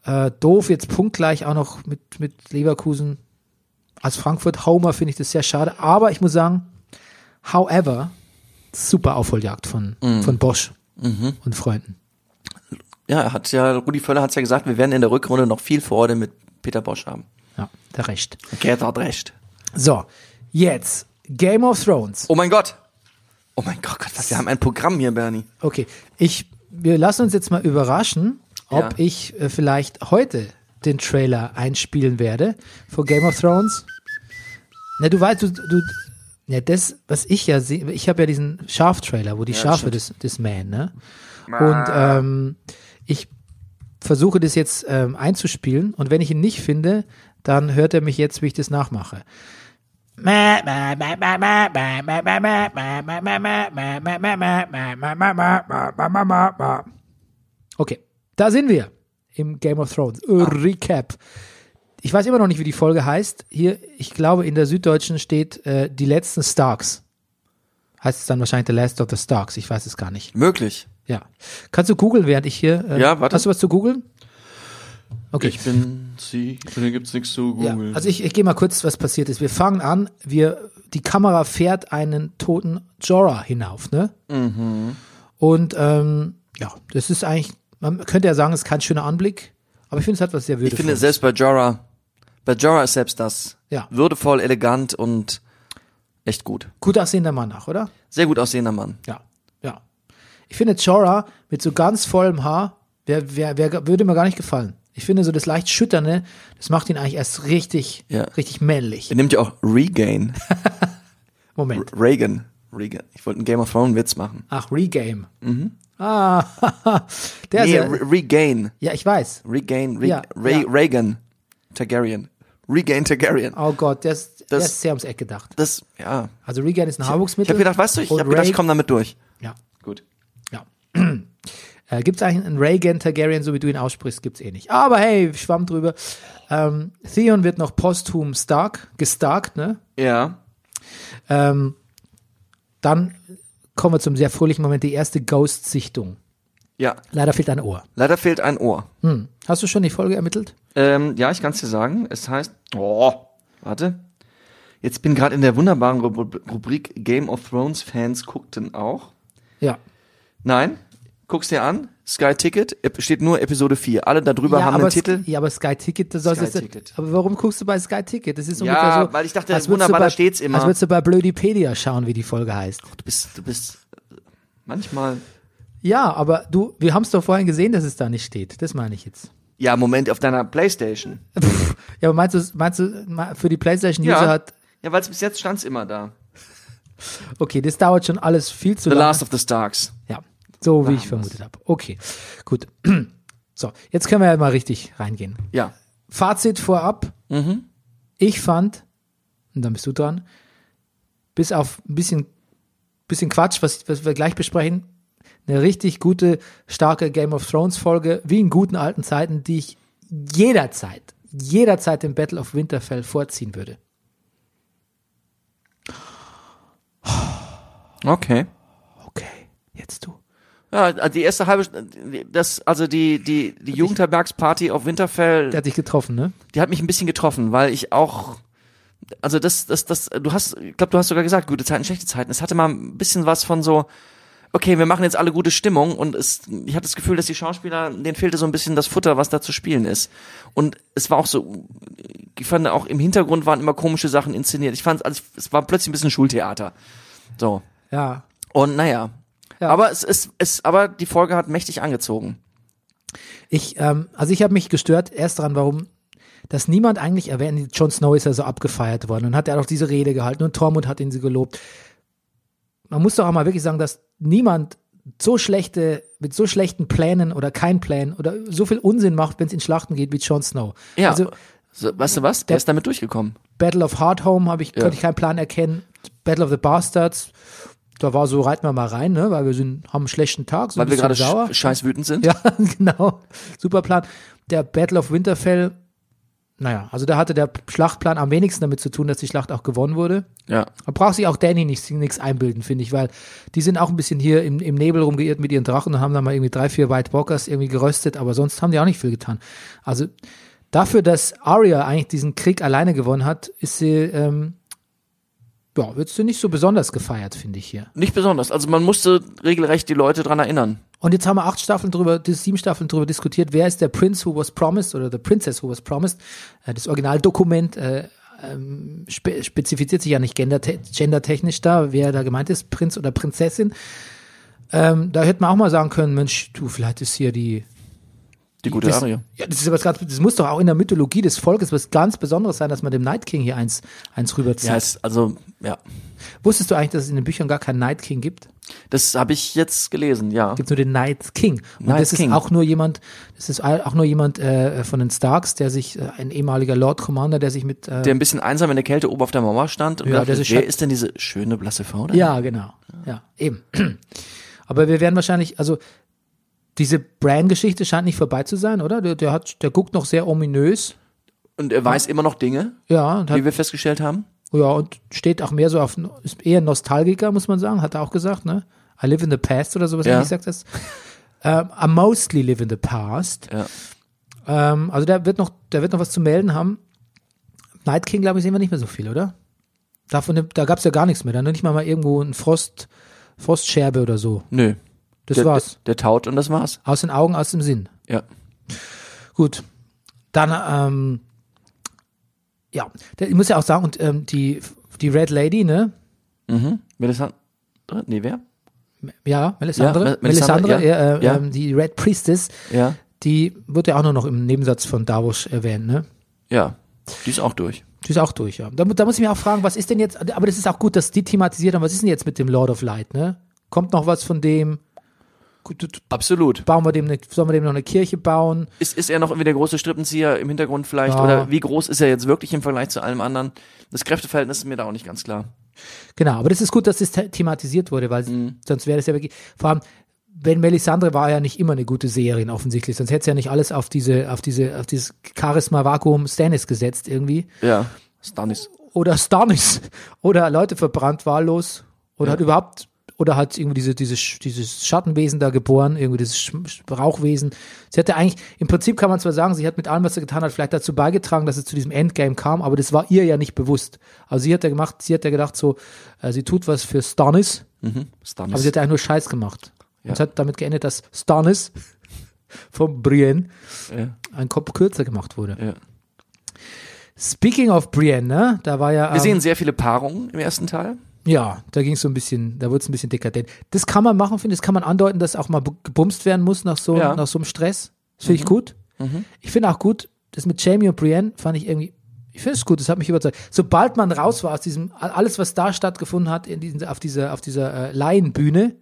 Speaker 1: Äh, doof, jetzt punktgleich auch noch mit, mit Leverkusen. Als Frankfurt Homer finde ich das sehr schade. Aber ich muss sagen, however, super Aufholjagd von,
Speaker 2: Mhm.
Speaker 1: von Bosch und Freunden.
Speaker 2: Ja, er hat ja, Rudi Völler hat's ja gesagt, wir werden in der Rückrunde noch viel Freude mit Peter Bosch haben.
Speaker 1: Ja, der Recht.
Speaker 2: Gerd hat recht.
Speaker 1: So, jetzt Game of Thrones.
Speaker 2: Oh mein Gott. Oh mein Gott, Gott, was, wir haben ein Programm hier, Bernie.
Speaker 1: Okay, ich, wir lassen uns jetzt mal überraschen, ob
Speaker 2: Ja.
Speaker 1: ich äh, vielleicht heute den Trailer einspielen werde für Game of Thrones. Na, du weißt, du, du ja, das, was ich ja sehe, ich habe ja diesen Schaf-Trailer, wo die Schafe des, des Man, ne? Und ähm, ich versuche das jetzt ähm, einzuspielen und wenn ich ihn nicht finde, dann hört er mich jetzt, wie ich das nachmache. Okay, da sind wir im Game of Thrones.
Speaker 2: Ah.
Speaker 1: Recap. Ich weiß immer noch nicht, wie die Folge heißt. Hier, ich glaube, in der Süddeutschen steht äh, die letzten Starks. Heißt es dann wahrscheinlich The Last of the Starks? Ich weiß es gar nicht.
Speaker 2: Möglich.
Speaker 1: Ja. Kannst du googeln, während ich hier. Äh,
Speaker 2: Ja, warte.
Speaker 1: Hast du was zu googeln? Okay.
Speaker 2: Ich bin sie, da gibt's nichts zu
Speaker 1: Ja,
Speaker 2: googeln.
Speaker 1: also ich, ich gehe mal kurz, was passiert ist. Wir fangen an, wir, die Kamera fährt einen toten Jorah hinauf, ne?
Speaker 2: Mhm.
Speaker 1: Und ähm, ja, das ist eigentlich, man könnte ja sagen, es ist kein schöner Anblick, aber ich finde, es hat was sehr
Speaker 2: ich finde
Speaker 1: würdevolles.
Speaker 2: selbst bei Jorah, bei Jorah ist selbst das
Speaker 1: Ja.
Speaker 2: würdevoll, elegant und echt gut.
Speaker 1: Gut aussehender Mann auch, oder?
Speaker 2: Sehr gut aussehender Mann.
Speaker 1: Ja, ja. Ich finde Jorah mit so ganz vollem Haar, wer, wer, wer würde mir gar nicht gefallen. Ich finde so das leicht Schütterne, das macht ihn eigentlich erst richtig,
Speaker 2: Ja.
Speaker 1: richtig männlich.
Speaker 2: Er nimmt ja auch Regain.
Speaker 1: Moment.
Speaker 2: Reagan. Reagan. Ich wollte einen Game of Thrones Witz machen.
Speaker 1: Ach, Regame. Ah, der ist
Speaker 2: Mhm. Nee,
Speaker 1: ja,
Speaker 2: Re- Regain.
Speaker 1: ja, ich weiß.
Speaker 2: Regain. Re
Speaker 1: Ja,
Speaker 2: Re
Speaker 1: ja.
Speaker 2: Reagan. Targaryen. Regain Targaryen.
Speaker 1: Oh Gott, der ist, der
Speaker 2: Das-
Speaker 1: ist sehr ums Eck gedacht.
Speaker 2: Das, ja.
Speaker 1: Also Regan ist ein
Speaker 2: Ich
Speaker 1: Haarwuchsmittel.
Speaker 2: habe gedacht, weißt du, ich
Speaker 1: Und
Speaker 2: habe gedacht, ich
Speaker 1: Ray-
Speaker 2: komme damit durch.
Speaker 1: Ja,
Speaker 2: Gut.
Speaker 1: ja. äh, gibt's eigentlich einen Reagan Targaryen, so wie du ihn aussprichst, gibt's eh nicht. Aber hey, schwamm drüber. Ähm, Theon wird noch posthum Stark, gestarkt, ne?
Speaker 2: Ja.
Speaker 1: Ähm, dann kommen wir zum sehr fröhlichen Moment, die erste Ghost-Sichtung.
Speaker 2: Ja.
Speaker 1: Leider fehlt ein Ohr.
Speaker 2: Leider fehlt ein Ohr.
Speaker 1: Hm. Hast du schon die Folge ermittelt?
Speaker 2: Ähm, ja, ich kann es dir sagen. Es heißt. Oh, warte. Jetzt bin gerade in der wunderbaren Rubri- Rubrik Game of Thrones Fans guckten auch.
Speaker 1: Ja.
Speaker 2: Nein, guck's dir an. Sky Ticket Ep- steht nur Episode 4. Alle darüber
Speaker 1: ja,
Speaker 2: haben
Speaker 1: aber
Speaker 2: einen
Speaker 1: S-
Speaker 2: Titel.
Speaker 1: Ja, aber Sky Ticket, das soll
Speaker 2: Sky
Speaker 1: jetzt,
Speaker 2: Ticket.
Speaker 1: Aber warum guckst du bei Sky Ticket? Das ist
Speaker 2: Ja,
Speaker 1: ungefähr so.
Speaker 2: weil ich dachte,
Speaker 1: als würdest du
Speaker 2: wunderbar, da
Speaker 1: bei-
Speaker 2: steht's immer.
Speaker 1: Als würdest du bei Blödipedia schauen, wie die Folge heißt.
Speaker 2: Du bist, du bist äh, manchmal.
Speaker 1: Ja, aber du, wir haben es doch vorhin gesehen, dass es da nicht steht. Das meine ich jetzt.
Speaker 2: Ja, Moment, auf deiner Playstation.
Speaker 1: Pff, ja, aber meinst du, meinst du, ma- für die PlayStation-User
Speaker 2: Ja,
Speaker 1: hat,
Speaker 2: ja weil es bis jetzt stand's immer da.
Speaker 1: okay, das dauert schon alles viel zu
Speaker 2: The
Speaker 1: lange.
Speaker 2: Last of the Starks.
Speaker 1: ja. So wie ich vermutet habe. Okay, gut. So, jetzt können wir ja mal richtig reingehen.
Speaker 2: Ja.
Speaker 1: Fazit vorab. Ich fand, und dann bist du dran, bis auf ein bisschen, bisschen Quatsch, was, was wir gleich besprechen, eine richtig gute, starke Game of Thrones Folge, wie in guten alten Zeiten, die ich jederzeit, jederzeit dem Battle of Winterfell vorziehen würde.
Speaker 2: Okay.
Speaker 1: Okay, jetzt du.
Speaker 2: Ja, also die erste halbe, St- das, also die, die, die Jugendherbergsparty auf Winterfell,
Speaker 1: Der hat dich getroffen, ne?
Speaker 2: die hat mich ein bisschen getroffen, weil ich auch, also das, das, das, du hast, ich glaube, du hast sogar gesagt, gute Zeiten, schlechte Zeiten. Es hatte mal ein bisschen was von so, okay, wir machen jetzt alle gute Stimmung und es, ich hatte das Gefühl, dass die Schauspieler, denen fehlte so ein bisschen das Futter, was da zu spielen ist. Und es war auch so, ich fand auch im Hintergrund waren immer komische Sachen inszeniert. Ich fand, also es war plötzlich ein bisschen Schultheater. So.
Speaker 1: Ja.
Speaker 2: Und naja.
Speaker 1: Ja.
Speaker 2: Aber es ist, es, aber die Folge hat mächtig angezogen.
Speaker 1: Ich, ähm, also ich habe mich gestört erst daran, warum dass niemand eigentlich erwähnt, Jon Snow ist ja so abgefeiert worden und hat ja auch diese Rede gehalten und Tormund hat ihn so gelobt. Man muss doch auch mal wirklich sagen, dass niemand so schlechte, mit so schlechten Plänen oder kein Plan oder so viel Unsinn macht, wenn es in Schlachten geht wie Jon Snow.
Speaker 2: Ja.
Speaker 1: Also
Speaker 2: so, weißt du was? Der ist damit durchgekommen.
Speaker 1: Battle of Hardhome habe ich,
Speaker 2: Ja.
Speaker 1: konnte ich keinen Plan erkennen. Battle of the Bastards, da war so, reiten wir mal rein, ne? weil wir sind, haben einen schlechten Tag, so
Speaker 2: Weil
Speaker 1: ein
Speaker 2: wir
Speaker 1: bisschen
Speaker 2: gerade
Speaker 1: sauer.
Speaker 2: sch scheiß wütend sind.
Speaker 1: Ja, genau. Super Plan. Der Battle of Winterfell, naja, also da hatte der Schlachtplan am wenigsten damit zu tun, dass die Schlacht auch gewonnen wurde.
Speaker 2: ja.
Speaker 1: Da braucht sich auch Danny nichts nichts einbilden, finde ich, weil die sind auch ein bisschen hier im, im Nebel rumgeirrt mit ihren Drachen und haben dann mal irgendwie drei, vier White Walkers irgendwie geröstet, aber sonst haben die auch nicht viel getan. Also dafür, dass Arya eigentlich diesen Krieg alleine gewonnen hat, ist sie, ähm, ja, wird sie nicht so besonders gefeiert, finde ich hier.
Speaker 2: Nicht besonders. Also man musste regelrecht die Leute dran erinnern.
Speaker 1: Und jetzt haben wir acht Staffeln drüber, die- sieben Staffeln drüber diskutiert, wer ist der Prince Who Was Promised oder The Princess Who Was Promised. Äh, Das Originaldokument äh, ähm, spe spezifiziert sich ja nicht genderte- gendertechnisch da, wer da gemeint ist, Prinz oder Prinzessin. Ähm, da hätte man auch mal sagen können, Mensch, du, vielleicht ist hier die
Speaker 2: Die gute
Speaker 1: das,
Speaker 2: Arie.
Speaker 1: ja, das, ist was ganz, das muss doch auch in der Mythologie des Volkes was ganz Besonderes sein, dass man dem Night King hier eins, eins rüberzieht.
Speaker 2: Ja, es, also, ja.
Speaker 1: Wusstest du eigentlich, dass es in den Büchern gar keinen Night King gibt?
Speaker 2: Das habe ich jetzt gelesen, ja.
Speaker 1: gibt nur den Night King. Und
Speaker 2: Night
Speaker 1: das
Speaker 2: King.
Speaker 1: ist auch nur jemand, das ist all- auch nur jemand äh, von den Starks, der sich, äh, ein ehemaliger Lord Commander, der sich mit, äh,
Speaker 2: Der ein bisschen einsam in der Kälte oben auf der Mauer stand und
Speaker 1: Ja,
Speaker 2: dachte,
Speaker 1: das ist
Speaker 2: wer
Speaker 1: schon-
Speaker 2: ist denn diese schöne blasse Frau da?
Speaker 1: ja, genau, ja, eben. Aber wir werden wahrscheinlich, also diese Bran-Geschichte scheint nicht vorbei zu sein, oder? Der, der hat, der guckt noch sehr ominös,
Speaker 2: Und er weiß immer noch Dinge,
Speaker 1: ja, und hat,
Speaker 2: wie wir festgestellt haben.
Speaker 1: ja, und steht auch mehr so auf, ist eher ein Nostalgiker, muss man sagen, hat er auch gesagt, ne? I live in the past oder sowas,
Speaker 2: Ja.
Speaker 1: wie du gesagt hast. Ähm, I mostly live in the past.
Speaker 2: Ja.
Speaker 1: Ähm, also der wird noch, der wird noch was zu melden haben. Night King, glaube ich, sehen wir nicht mehr so viel, oder? Davon, da gab es ja gar nichts mehr. Da nicht mal, mal irgendwo ein Frost, Frostscherbe oder so.
Speaker 2: Nö.
Speaker 1: Das
Speaker 2: der,
Speaker 1: war's.
Speaker 2: Der, der taut und das war's.
Speaker 1: Aus den Augen, aus dem Sinn.
Speaker 2: Ja.
Speaker 1: Gut. Dann, ähm, ja, der, ich muss ja auch sagen, und ähm, die, die Red Lady, ne?
Speaker 2: Mhm. Melisandre? Nee, wer?
Speaker 1: Ja, Melisandre.
Speaker 2: Ja,
Speaker 1: Ja,
Speaker 2: Me- Melisandre,
Speaker 1: Melisandre,
Speaker 2: ja.
Speaker 1: äh,
Speaker 2: Ja.
Speaker 1: Ähm, die Red Priestess,
Speaker 2: Ja.
Speaker 1: die wird ja auch nur noch im Nebensatz von Davos erwähnt, ne?
Speaker 2: Ja. Die ist auch durch.
Speaker 1: Die ist auch durch, ja. Da, mu- da muss ich mich auch fragen, was ist denn jetzt, aber das ist auch gut, dass die thematisiert haben, was ist denn jetzt mit dem Lord of Light, ne? Kommt noch was von dem? Gut, gut,
Speaker 2: Absolut.
Speaker 1: Bauen wir dem, ne, sollen wir dem noch eine Kirche bauen?
Speaker 2: Ist, ist er noch irgendwie der große Strippenzieher im Hintergrund vielleicht?
Speaker 1: Ja.
Speaker 2: Oder wie groß ist er jetzt wirklich im Vergleich zu allem anderen? Das Kräfteverhältnis ist mir da auch nicht ganz klar.
Speaker 1: Genau, aber das ist gut, dass das the- thematisiert wurde, weil
Speaker 2: Mhm.
Speaker 1: sonst wäre das ja wirklich, vor allem, wenn Melisandre war ja nicht immer eine gute Seherin offensichtlich, sonst hätte sie ja nicht alles auf diese, auf diese, auf dieses Charisma-Vakuum Stannis gesetzt irgendwie.
Speaker 2: Ja. Stannis.
Speaker 1: oder Stannis oder Leute verbrannt wahllos oder hat überhaupt oder hat irgendwie diese, diese, Sch- dieses Schattenwesen da geboren, irgendwie dieses Sch- Sch- Rauchwesen. Sie hatte eigentlich, im Prinzip kann man zwar sagen, sie hat mit allem, was sie getan hat, vielleicht dazu beigetragen, dass es zu diesem Endgame kam, aber das war ihr ja nicht bewusst. Also sie hat ja gemacht, sie hat ja gedacht so, äh, sie tut was für Stannis,
Speaker 2: Stannis.
Speaker 1: aber sie hat eigentlich nur Scheiß gemacht.
Speaker 2: Ja.
Speaker 1: Und es hat damit geendet, dass Stannis vom Brienne
Speaker 2: Ja.
Speaker 1: ein Kopf kürzer gemacht wurde.
Speaker 2: Ja.
Speaker 1: Speaking of Brienne, ne? Da war ja.
Speaker 2: Wir
Speaker 1: ähm,
Speaker 2: sehen sehr viele Paarungen im ersten Teil.
Speaker 1: Ja, da ging es so ein bisschen, da wurde es ein bisschen dekadent. Das kann man machen, finde ich, das kann man andeuten, dass auch mal bu- gebumst werden muss nach so,
Speaker 2: Ja. Mhm.
Speaker 1: nach so einem Stress. Das finde ich gut. Ich finde auch gut, das mit Jamie und Brienne fand ich irgendwie, ich finde es gut, das hat mich überzeugt. Sobald man raus war aus diesem, alles was da stattgefunden hat, in diesen, auf dieser, auf dieser äh, Laienbühne,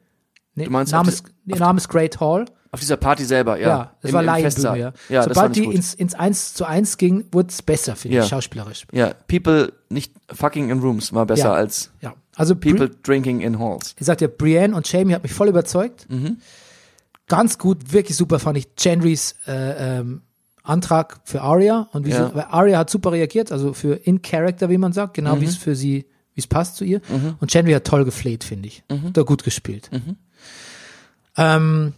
Speaker 1: Nee,
Speaker 2: Du meinst auf
Speaker 1: Name ist, nee, Name ist Great Hall.
Speaker 2: Auf dieser Party selber, ja.
Speaker 1: Ja, es
Speaker 2: Im-
Speaker 1: war
Speaker 2: im
Speaker 1: Laienbühne.
Speaker 2: Festsaal.
Speaker 1: Ja.
Speaker 2: Ja, das war
Speaker 1: Sobald
Speaker 2: nicht
Speaker 1: die
Speaker 2: gut.
Speaker 1: ins, ins 1 zu 1 ging, wurde es besser, finde
Speaker 2: Ja.
Speaker 1: ich, schauspielerisch.
Speaker 2: Ja, People nicht fucking in Rooms war besser
Speaker 1: Ja.
Speaker 2: als
Speaker 1: Ja, also Bri-
Speaker 2: People drinking in halls.
Speaker 1: Ich sagte ja, Brienne und Jamie hat mich voll überzeugt.
Speaker 2: Mhm.
Speaker 1: Ganz gut, wirklich super fand ich Gendrys äh, ähm, Antrag für Arya und wie
Speaker 2: Ja.
Speaker 1: sie, weil Arya hat super reagiert, also für in Character, wie man sagt,
Speaker 2: Mhm.
Speaker 1: genau wie es für sie, wie es passt zu ihr. Und Gendry hat toll gefleht, finde ich.
Speaker 2: Mhm.
Speaker 1: Hat Da gut gespielt. Ähm,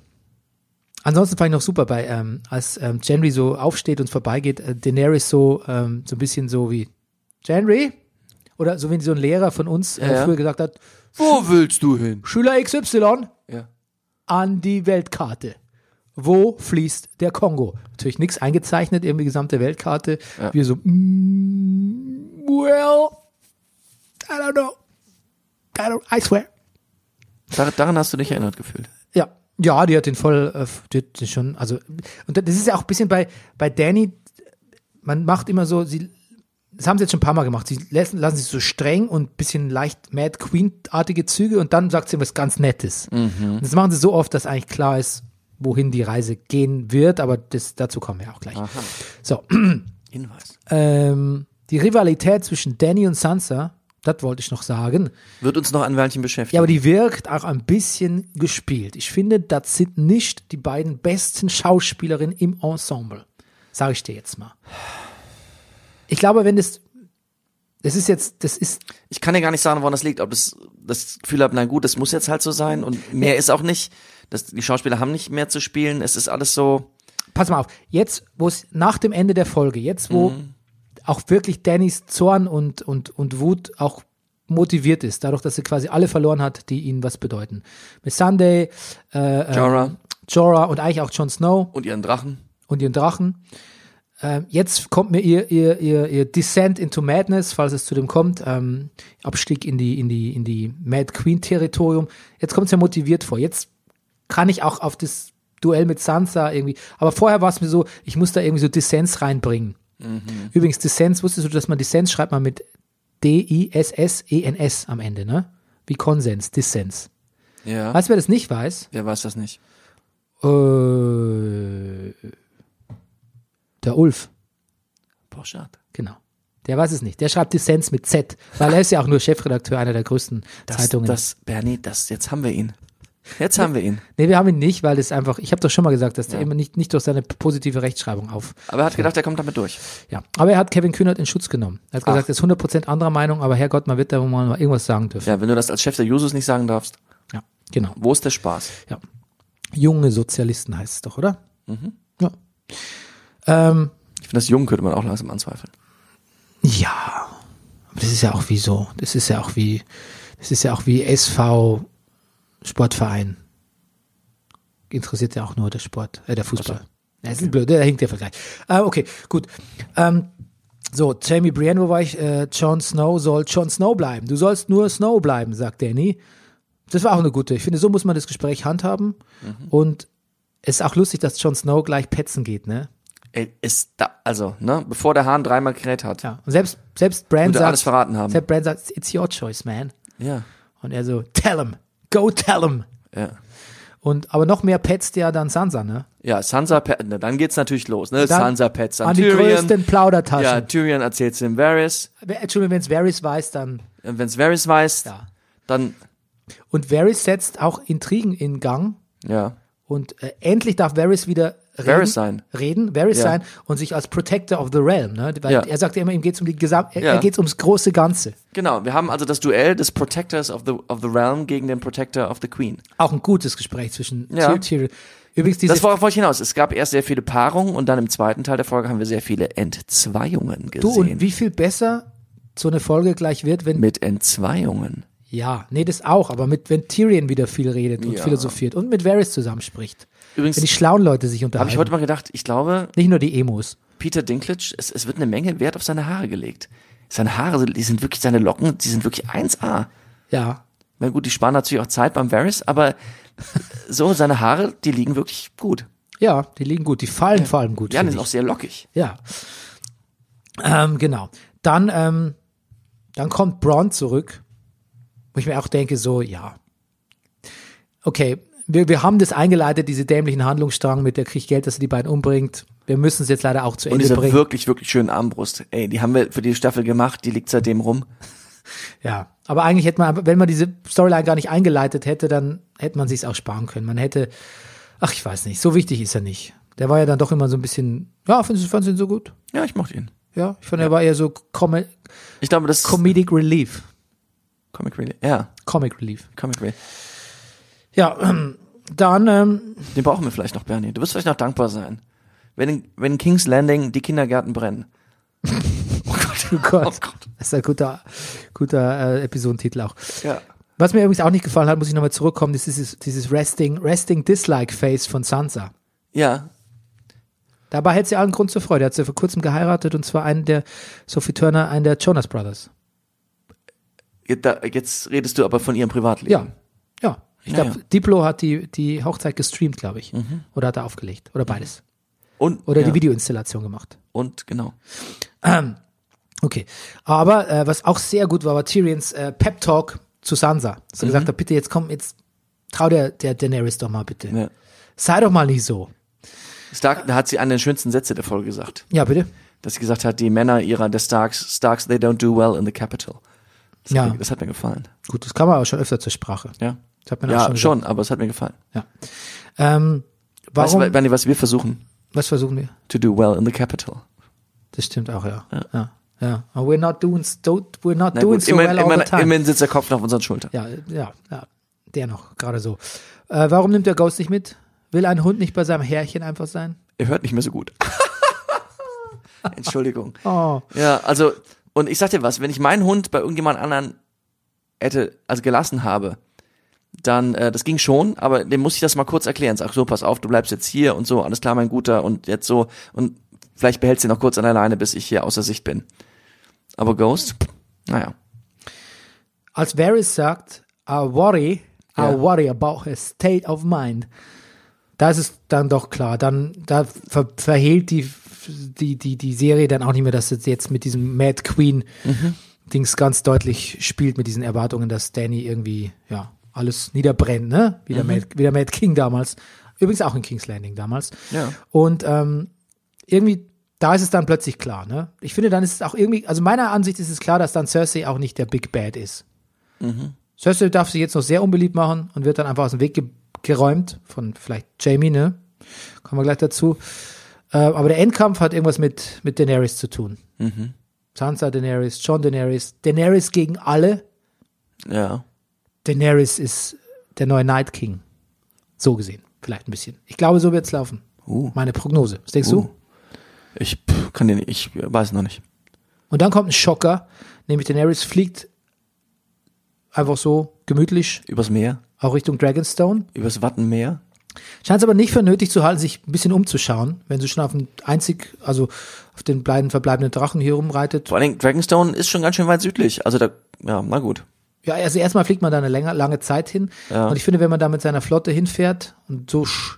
Speaker 1: ansonsten fand ich noch super bei, ähm, als ähm, Gendry so aufsteht und vorbeigeht, äh, Daenerys so ähm, so ein bisschen so wie Gendry oder so wie so ein Lehrer von uns äh,
Speaker 2: Ja, ja.
Speaker 1: früher gesagt hat,
Speaker 2: Wo willst du hin?
Speaker 1: Schüler XY
Speaker 2: Ja.
Speaker 1: an die Weltkarte. Wo fließt der Kongo? Natürlich nichts eingezeichnet, eben die gesamte Weltkarte. Wir so, mm, well, I don't know. I, don't, I swear.
Speaker 2: Dar daran hast du dich erinnert gefühlt.
Speaker 1: Ja, ja, die hat den voll, äh, die hat den schon, also, und das ist ja auch ein bisschen bei, bei Danny, man macht immer so, sie, das haben sie jetzt schon ein paar Mal gemacht, sie lassen, lassen sich so streng und ein bisschen leicht Mad Queen-artige Züge und dann sagt sie was ganz Nettes. Und das machen sie so oft, dass eigentlich klar ist, wohin die Reise gehen wird, aber das, dazu kommen wir auch gleich. So,
Speaker 2: Hinweis.
Speaker 1: ähm, die Rivalität zwischen Danny und Sansa, das wollte ich noch sagen.
Speaker 2: Wird uns noch an welchen beschäftigen.
Speaker 1: Ja, aber die wirkt auch ein bisschen gespielt. Ich finde, das sind nicht die beiden besten Schauspielerinnen im Ensemble. Sage ich dir jetzt mal. Ich glaube, wenn das. Das ist jetzt, das ist,
Speaker 2: ich kann dir gar nicht sagen, woran das liegt, ob das das Gefühl habe, na gut, das muss jetzt halt so sein und mehr ist auch nicht. Das, die Schauspieler haben nicht mehr zu spielen. Es ist alles so.
Speaker 1: pass mal auf, jetzt, wo es nach dem Ende der Folge, jetzt, wo auch wirklich Dannys Zorn und, und, und Wut auch motiviert ist, dadurch, dass sie quasi alle verloren hat, die ihnen was bedeuten. Miss Sunday, äh,
Speaker 2: Jorah.
Speaker 1: Ähm, Jorah und eigentlich auch Jon Snow.
Speaker 2: Und ihren Drachen.
Speaker 1: und ihren Drachen. Ähm, jetzt kommt mir ihr, ihr, ihr, ihr Descent into Madness, falls es zu dem kommt, ähm, Abstieg in die, in die, in die Mad Queen-Territorium. Jetzt kommt es ja motiviert vor. Jetzt kann ich auch auf das Duell mit Sansa irgendwie. Aber vorher war es mir so, ich muss da irgendwie so Dissens reinbringen. Übrigens, Dissens, wusstest du, dass man Dissens schreibt man mit D-I-S-S-E-N-S E am Ende, ne? Wie Konsens, Dissens.
Speaker 2: Ja.
Speaker 1: Weißt du, wer das nicht weiß?
Speaker 2: Wer weiß das nicht?
Speaker 1: Äh, der Ulf.
Speaker 2: Boah, schade.
Speaker 1: Genau. Der weiß es nicht. Der schreibt Dissens mit Z, weil er ist ja auch nur Chefredakteur einer der größten
Speaker 2: Das,
Speaker 1: Zeitungen.
Speaker 2: das, Bernie, das, jetzt haben wir ihn. Jetzt haben wir ihn.
Speaker 1: nee, wir haben ihn nicht, weil das einfach, ich habe doch schon mal gesagt, dass der immer nicht, nicht durch seine positive Rechtschreibung auf.
Speaker 2: Aber er hat gedacht, er kommt damit durch.
Speaker 1: Ja. Aber er hat Kevin Kühnert in Schutz genommen. Er hat gesagt, er ist 100% anderer Meinung, aber Herrgott, man wird da wohl mal irgendwas sagen dürfen.
Speaker 2: Ja, wenn du das als Chef der Jusos nicht sagen darfst,
Speaker 1: Ja, genau.
Speaker 2: wo ist der Spaß?
Speaker 1: Ja. Junge Sozialisten heißt es doch, oder? Mhm. Ja. Ähm,
Speaker 2: Ich finde, das Jung könnte man auch langsam anzweifeln.
Speaker 1: Ja, aber das ist ja auch wie so. Das ist ja auch wie, das ist ja auch wie SV Sportverein. Interessiert ja auch nur der Sport, äh, der Fußball. Das ist blöd, da hinkt der Vergleich. Äh, okay, gut. Ähm, so, Jamie Brienne, wo war ich? Äh, Jon Snow soll Jon Snow bleiben. Du sollst nur Snow bleiben, sagt Danny. Das war auch eine gute. Ich finde, so muss man das Gespräch handhaben. Und es ist auch lustig, dass Jon Snow gleich petzen geht, ne?
Speaker 2: Ey, ist da, also, ne, bevor der Hahn dreimal gerät hat.
Speaker 1: Ja. Und selbst, selbst Brand
Speaker 2: Würde
Speaker 1: sagt,
Speaker 2: alles verraten haben.
Speaker 1: selbst Brand sagt, it's your choice, man.
Speaker 2: Ja.
Speaker 1: Und er so, tell him, go tell him.
Speaker 2: Ja.
Speaker 1: Und, aber noch mehr petzt ja dann Sansa, ne?
Speaker 2: Ja, Sansa Pet, ne, dann geht's natürlich los, ne?
Speaker 1: Dann
Speaker 2: Sansa Pets
Speaker 1: An die größten
Speaker 2: Ja,
Speaker 1: Plaudertaschen.
Speaker 2: Tyrion erzählt's dem Varys.
Speaker 1: Wer- Entschuldigung, wenn es Varys weiß, dann,
Speaker 2: Und wenn's Varys weiß,
Speaker 1: ja.
Speaker 2: dann,
Speaker 1: Und Varys setzt auch Intrigen in Gang.
Speaker 2: ja.
Speaker 1: Und äh, endlich darf Varys wieder reden.
Speaker 2: Varys sein.
Speaker 1: Reden, Varys
Speaker 2: Ja.
Speaker 1: sein und sich als Protector of the Realm, ne? Weil
Speaker 2: Ja.
Speaker 1: er sagt ja immer, ihm geht's um die Gesam er-
Speaker 2: Ja.
Speaker 1: er geht's ums große Ganze.
Speaker 2: Genau, wir haben also das Duell des Protectors of the, of the Realm gegen den Protector of the Queen.
Speaker 1: Auch ein gutes Gespräch zwischen
Speaker 2: Ja.
Speaker 1: Tyr- Tyrion. Übrigens, diese
Speaker 2: Das worauf wollte ich hinaus. Es gab erst sehr viele Paarungen und dann im zweiten Teil der Folge haben wir sehr viele Entzweiungen gesehen.
Speaker 1: Du und wie viel besser so eine Folge gleich wird, wenn
Speaker 2: Mit Entzweiungen.
Speaker 1: Ja, nee, das auch, aber mit, wenn Tyrion wieder viel redet und
Speaker 2: Ja.
Speaker 1: philosophiert und mit Varys zusammenspricht.
Speaker 2: Übrigens-
Speaker 1: wenn die schlauen Leute sich
Speaker 2: Habe ich
Speaker 1: unterhalten.
Speaker 2: heute mal gedacht, ich glaube,
Speaker 1: Nicht nur die Emos.
Speaker 2: Peter Dinklage, es, es wird eine Menge Wert auf seine Haare gelegt. Seine Haare, die sind wirklich, seine Locken, die sind wirklich 1A.
Speaker 1: Ja.
Speaker 2: Na gut, die sparen natürlich auch Zeit beim Varys, aber so, seine Haare, die liegen wirklich gut.
Speaker 1: Ja, die liegen gut. Die fallen vor allem gut.
Speaker 2: Ja, die
Speaker 1: finde
Speaker 2: sind auch
Speaker 1: ich.
Speaker 2: sehr lockig.
Speaker 1: ja. Ähm, genau. Dann, ähm, dann kommt Braun zurück, wo ich mir auch denke, so, ja. Okay, wir, wir haben das eingeleitet, diese dämlichen Handlungsstrang mit der kriegt Geld, dass sie die beiden umbringt. Wir müssen es jetzt leider auch zu
Speaker 2: Und
Speaker 1: Ende
Speaker 2: diese
Speaker 1: bringen.
Speaker 2: wirklich, wirklich schönen Armbrust. Ey, die haben wir für die Staffel gemacht, die liegt seitdem rum.
Speaker 1: Ja, aber eigentlich hätte man, wenn man diese Storyline gar nicht eingeleitet hätte, dann hätte man sich's auch sparen können. Man hätte, ach, ich weiß nicht, so wichtig ist er nicht. Der war ja dann doch immer so ein bisschen, ja, findest du fandst du ihn so gut?
Speaker 2: Ja, ich mochte ihn.
Speaker 1: Ja, ich fand, er war eher so Com
Speaker 2: Ich glaube, das
Speaker 1: Comedic Relief.
Speaker 2: Comic Relief. Ja,
Speaker 1: Comic Relief.
Speaker 2: Comic Relief.
Speaker 1: Ja, ähm, dann, ähm,
Speaker 2: Den brauchen wir vielleicht noch, Bernie. Du wirst vielleicht noch dankbar sein. Wenn in, wenn in King's Landing die Kindergärten brennen.
Speaker 1: oh Gott, das ist ein guter, guter äh, Episodentitel auch.
Speaker 2: Ja.
Speaker 1: Was mir übrigens auch nicht gefallen hat, muss ich nochmal zurückkommen, das ist dieses, dieses Resting, Resting Dislike Face von Sansa.
Speaker 2: Ja.
Speaker 1: Dabei hätte sie allen Grund zur Freude. Hat sie vor kurzem geheiratet und zwar einen der Sophie Turner, einen der Jonas Brothers.
Speaker 2: Jetzt, da- jetzt redest du aber von ihrem Privatleben.
Speaker 1: Ja, ja. Ich
Speaker 2: Ja,
Speaker 1: glaube,
Speaker 2: ja.
Speaker 1: Diplo hat die, die Hochzeit gestreamt, glaube ich. Oder hat er aufgelegt. Oder beides.
Speaker 2: Und,
Speaker 1: Oder
Speaker 2: ja.
Speaker 1: die Videoinstallation gemacht.
Speaker 2: Und, genau.
Speaker 1: Okay. Aber äh, was auch sehr gut war, war Tyrions äh, Pep-Talk zu Sansa.
Speaker 2: Mhm.
Speaker 1: Dass er gesagt hat, bitte jetzt komm, jetzt trau der, der Daenerys doch mal bitte.
Speaker 2: Ja.
Speaker 1: Sei doch mal nicht so.
Speaker 2: Stark, da hat sie einen der schönsten Sätze der Folge gesagt.
Speaker 1: Ja, bitte.
Speaker 2: Dass sie gesagt hat, die Männer ihrer, der Starks, Starks, they don't do well in the capital. Das
Speaker 1: Ja.
Speaker 2: Hat mir, das hat mir gefallen.
Speaker 1: Gut, das kam aber schon öfter zur Sprache.
Speaker 2: Ja.
Speaker 1: Das hat man auch
Speaker 2: Ja,
Speaker 1: schon
Speaker 2: schon,
Speaker 1: gesagt.
Speaker 2: aber es hat mir gefallen.
Speaker 1: Ähm,
Speaker 2: Weißt
Speaker 1: warum,
Speaker 2: du, Bernie, was wir versuchen?
Speaker 1: was versuchen wir?
Speaker 2: To do well in the capital.
Speaker 1: Das stimmt auch, ja. Ja. ja. Aber we're not doing, don't, we're not doing so
Speaker 2: immerhin,
Speaker 1: well all the
Speaker 2: immerhin,
Speaker 1: time.
Speaker 2: immerhin sitzt der Kopf noch auf unseren Schultern.
Speaker 1: Ja, ja, ja. Der noch, gerade so. Äh, warum nimmt der Ghost nicht mit? Will ein Hund nicht bei seinem Herrchen einfach sein?
Speaker 2: Ihr hört nicht mehr so gut. Entschuldigung.
Speaker 1: Oh.
Speaker 2: Ja, also, und ich sag dir was, wenn ich meinen Hund bei irgendjemand anderen hätte, also gelassen habe, dann, äh, das ging schon, aber dem muss ich das mal kurz erklären. Sag so, pass auf, du bleibst jetzt hier und so, alles klar, mein Guter, und jetzt so, und vielleicht behältst du ihn noch kurz an der Leine, bis ich hier außer Sicht bin. Aber Ghost, naja,
Speaker 1: Als Varys sagt, I worry, I
Speaker 2: Ja.
Speaker 1: worry about his state of mind. Da ist es dann doch klar. Dann, da ver verhehlt die, die, die, die Serie dann auch nicht mehr, dass es jetzt mit diesem Mad Queen Dings ganz deutlich spielt mit diesen Erwartungen, dass Danny irgendwie, ja, alles niederbrennt, ne? Wie
Speaker 2: Mhm.
Speaker 1: der, Mad, wie der Mad King damals. Übrigens auch in King's Landing damals.
Speaker 2: Ja.
Speaker 1: Und ähm, irgendwie, da ist es dann plötzlich klar, ne? Ich finde, dann ist es auch irgendwie, also meiner Ansicht ist es klar, dass dann Cersei auch nicht der Big Bad ist. Cersei darf sich jetzt noch sehr unbeliebt machen und wird dann einfach aus dem Weg ge geräumt von vielleicht Jamie, ne? Kommen wir gleich dazu. Äh, aber der Endkampf hat irgendwas mit, mit Daenerys zu tun.
Speaker 2: Mhm.
Speaker 1: Sansa Daenerys, John Daenerys, Daenerys gegen alle.
Speaker 2: ja.
Speaker 1: Daenerys ist der neue Night King. So gesehen, vielleicht ein bisschen. Ich glaube, so wird's laufen.
Speaker 2: Uh.
Speaker 1: Meine Prognose. Was denkst
Speaker 2: Uh.
Speaker 1: du?
Speaker 2: Ich pff, kann den, ich weiß noch nicht.
Speaker 1: Und dann kommt ein Schocker, nämlich Daenerys fliegt einfach so gemütlich
Speaker 2: Übers Meer,
Speaker 1: auch Richtung Dragonstone.
Speaker 2: übers Wattenmeer.
Speaker 1: Scheint es aber nicht für nötig zu halten, sich ein bisschen umzuschauen, wenn sie schon auf dem einzig, also auf den beiden verbleibenden Drachen hier rumreitet.
Speaker 2: Vor allen Dingen, Dragonstone ist schon ganz schön weit südlich. Also da, ja, na gut.
Speaker 1: Ja, also erstmal fliegt man da eine länger, lange Zeit hin. Und ich finde, wenn man da mit seiner Flotte hinfährt und so, sch-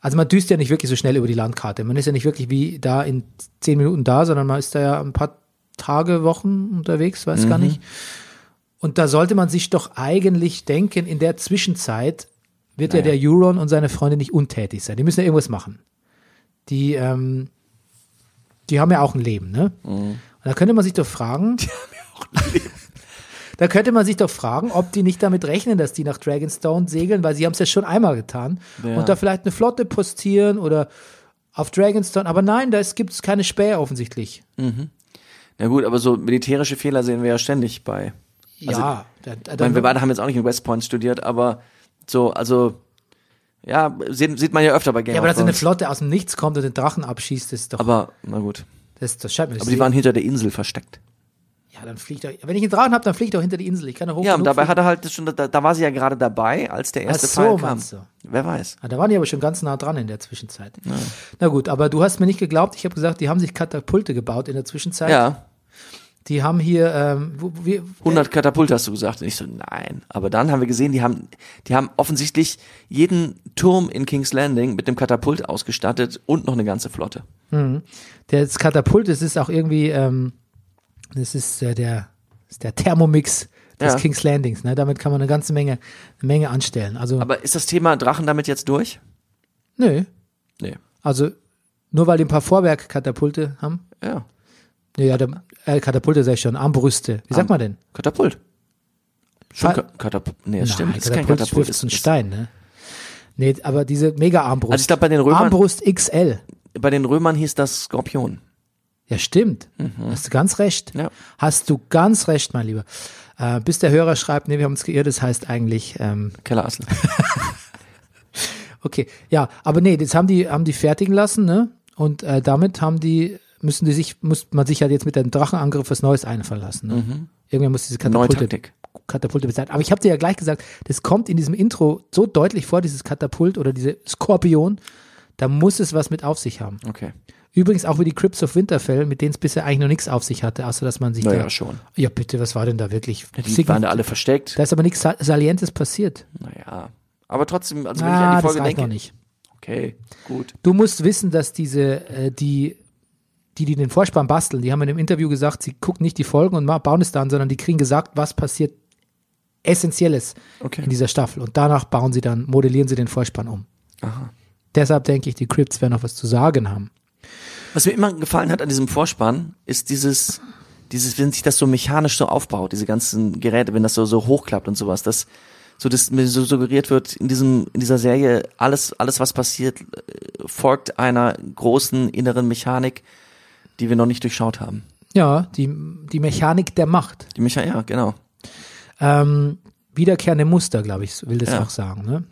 Speaker 1: also man düst ja nicht wirklich so schnell über die Landkarte. Man ist ja nicht wirklich wie da in zehn Minuten da, sondern man ist da ja ein paar Tage, Wochen unterwegs, weiß gar nicht. Und da sollte man sich doch eigentlich denken, in der Zwischenzeit wird ja der Euron und seine Freunde nicht untätig sein. Die müssen ja irgendwas machen. Die, ähm, die haben ja auch ein Leben, ne?
Speaker 2: Mhm.
Speaker 1: Und da könnte man sich doch fragen. Da könnte man sich doch fragen, ob die nicht damit rechnen, dass die nach Dragonstone segeln, weil sie haben es ja schon einmal getan. Und da vielleicht eine Flotte postieren oder auf Dragonstone. Aber nein, da gibt es keine Spähe offensichtlich.
Speaker 2: Na gut, aber so militärische Fehler sehen wir ja ständig bei.
Speaker 1: ja, da, da,
Speaker 2: Also Ich meine, wir beide haben jetzt auch nicht in West Point studiert, aber so, also, ja, sieht, sieht man ja öfter bei Game
Speaker 1: ja, aber
Speaker 2: of
Speaker 1: dass eine
Speaker 2: Thrones.
Speaker 1: Flotte aus dem Nichts kommt und den Drachen abschießt, das ist doch.
Speaker 2: Genau, aber, na gut.
Speaker 1: das, das scheint mir
Speaker 2: Aber die waren hinter der Insel versteckt.
Speaker 1: Ja, dann fliegt er. Wenn ich einen Drachen habe, dann fliegt er auch hinter die Insel. Ich kann da hoch.
Speaker 2: Ja, und
Speaker 1: genug
Speaker 2: dabei
Speaker 1: fliegen.
Speaker 2: hat er halt schon, da, da war sie ja gerade dabei, als der erste
Speaker 1: Ach so,
Speaker 2: Pfeil kam.
Speaker 1: meinst du.
Speaker 2: Wer weiß.
Speaker 1: Ah, Da waren die aber schon ganz nah dran in der Zwischenzeit. Na gut, aber du hast mir nicht geglaubt. Ich habe gesagt, die haben sich Katapulte gebaut in der Zwischenzeit.
Speaker 2: Ja,
Speaker 1: Die haben hier, ähm, wo, wo, wie,
Speaker 2: 100 Katapulte hast du gesagt. Und ich so, nein. Aber dann haben wir gesehen, die haben, die haben offensichtlich jeden Turm in King's Landing mit dem Katapult ausgestattet und noch eine ganze Flotte.
Speaker 1: Das Katapult, das ist auch irgendwie, ähm, das ist äh, der, das ist der Thermomix des
Speaker 2: Ja.
Speaker 1: King's Landings. Ne? Damit kann man eine ganze Menge, eine Menge anstellen. Also,
Speaker 2: Aber ist das Thema Drachen damit jetzt durch?
Speaker 1: nö.
Speaker 2: Nee.
Speaker 1: Also, nur weil die ein paar Vorwerkkatapulte haben.
Speaker 2: Ja.
Speaker 1: Naja, der, äh, Katapulte sag ich schon, Armbrüste. Wie sagt man denn?
Speaker 2: Katapult. Schon
Speaker 1: Ah.
Speaker 2: Ka Katapult. Nee, das stimmt.
Speaker 1: Nein,
Speaker 2: Das ist kein
Speaker 1: Katapult
Speaker 2: Katapult.
Speaker 1: wirft
Speaker 2: Das
Speaker 1: einen
Speaker 2: ist,
Speaker 1: Stein, ne? Nee, aber diese Mega-Armbrust.
Speaker 2: Also ich glaub, bei den Römern-
Speaker 1: Armbrust XL.
Speaker 2: bei den Römern hieß das Skorpion.
Speaker 1: Ja, stimmt. Hast du ganz recht.
Speaker 2: Mhm. Ja.
Speaker 1: Hast du ganz recht, mein Lieber. Äh, bis der Hörer schreibt, nee, wir haben uns geirrt, das heißt eigentlich, ähm,
Speaker 2: Keller Aslan.
Speaker 1: okay. Ja, aber nee, das haben die, haben die fertigen lassen, ne? Und äh, damit haben die, müssen die sich, muss man sich halt jetzt mit einem Drachenangriff was Neues einfallen lassen. Ne? Irgendwann muss diese
Speaker 2: Mhm. Neue
Speaker 1: Katapulte,
Speaker 2: Taktik.
Speaker 1: Katapulte bezahlen. Aber ich habe dir ja gleich gesagt, das kommt in diesem Intro so deutlich vor, dieses Katapult oder diese Skorpion. Da muss es was mit auf sich haben.
Speaker 2: Okay.
Speaker 1: Übrigens auch wie die Crips of Winterfell, mit denen es bisher eigentlich noch nichts auf sich hatte, außer dass man sich
Speaker 2: Naja,
Speaker 1: da.
Speaker 2: schon.
Speaker 1: Ja, bitte, was war denn da wirklich?
Speaker 2: Die waren da alle versteckt.
Speaker 1: da ist aber nichts Sa- Salientes passiert.
Speaker 2: Naja. Aber trotzdem, also wenn ich an
Speaker 1: Ah,
Speaker 2: die
Speaker 1: das
Speaker 2: Folge
Speaker 1: reicht
Speaker 2: denke.
Speaker 1: noch nicht.
Speaker 2: Okay, gut.
Speaker 1: Du musst wissen, dass diese, äh, die, die, die den Vorspann basteln, die haben in einem Interview gesagt, sie gucken nicht die Folgen und ma- bauen es dann, sondern die kriegen gesagt, was passiert Essentielles
Speaker 2: Okay.
Speaker 1: in dieser Staffel. Und danach bauen sie dann, modellieren sie den Vorspann um.
Speaker 2: Aha.
Speaker 1: Deshalb denke ich, die Crips werden noch was zu sagen haben.
Speaker 2: Was mir immer gefallen hat an diesem Vorspann, ist dieses, dieses, wenn sich das so mechanisch so aufbaut, diese ganzen Geräte, wenn das so, so hochklappt und sowas, dass so das mir so suggeriert wird, in diesem, in dieser Serie, alles, alles, was passiert, äh, folgt einer großen inneren Mechanik, die wir noch nicht durchschaut haben.
Speaker 1: Ja, die, die Mechanik der Macht.
Speaker 2: Die Mecha, ja, genau.
Speaker 1: ähm, wiederkehrende Muster, glaube ich, will das
Speaker 2: Ja.
Speaker 1: auch sagen. Ne?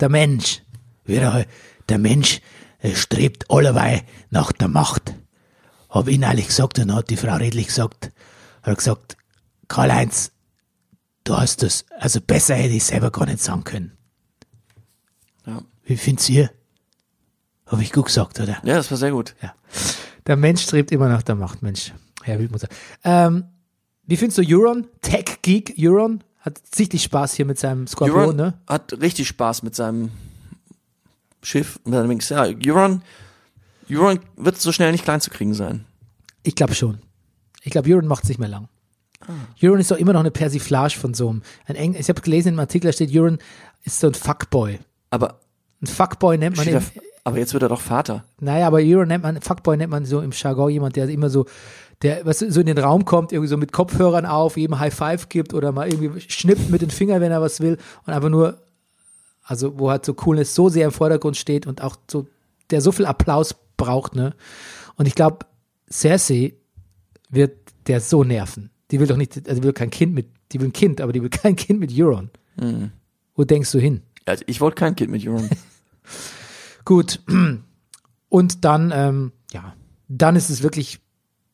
Speaker 1: Der Mensch, wieder, der Mensch äh, strebt allerweil nach der Macht. Hab ich neulich gesagt und hat die Frau redlich gesagt, hat gesagt, Karl-Heinz, du hast das, also besser hätte ich selber gar nicht sagen können.
Speaker 2: Ja.
Speaker 1: Wie findest ihr? Habe ich gut gesagt, oder?
Speaker 2: Ja, das war sehr gut.
Speaker 1: Ja. Der Mensch strebt immer nach der Macht, Mensch. Herr Wildmutter. Ähm, wie findest du Euron? Tech Geek Euron hat sichtlich Spaß hier mit seinem Skorpion,
Speaker 2: Euron
Speaker 1: ne?
Speaker 2: hat richtig Spaß mit seinem Schiff. Und dann denkst du, ja, Euron, Euron wird so schnell nicht klein zu kriegen sein.
Speaker 1: Ich glaube schon. Ich glaube, Euron macht es nicht mehr lang.
Speaker 2: Ah.
Speaker 1: Euron ist doch immer noch eine Persiflage von so einem. Ein Eng ich habe gelesen in einem Artikel, da steht, Euron ist so ein Fuckboy.
Speaker 2: Aber
Speaker 1: Ein Fuckboy nennt man
Speaker 2: Steht
Speaker 1: im,
Speaker 2: er- aber jetzt wird er doch Vater.
Speaker 1: Naja, aber Euro nennt man, Fuckboy nennt man so im Jargon jemand, der immer so, der was so in den Raum kommt, irgendwie so mit Kopfhörern auf, jedem High Five gibt oder mal irgendwie schnippt mit den Fingern, wenn er was will und einfach nur, also wo halt so Coolness so sehr im Vordergrund steht und auch so, der so viel Applaus braucht, ne? Und ich glaube, Cersei wird der so nerven. Die will doch nicht, also die will kein Kind mit, die will ein Kind, aber die will kein Kind mit Euron. Wo denkst du hin?
Speaker 2: Also ich wollte kein Kind mit Euron.
Speaker 1: Gut. Und dann, ähm, ja, dann ist es wirklich,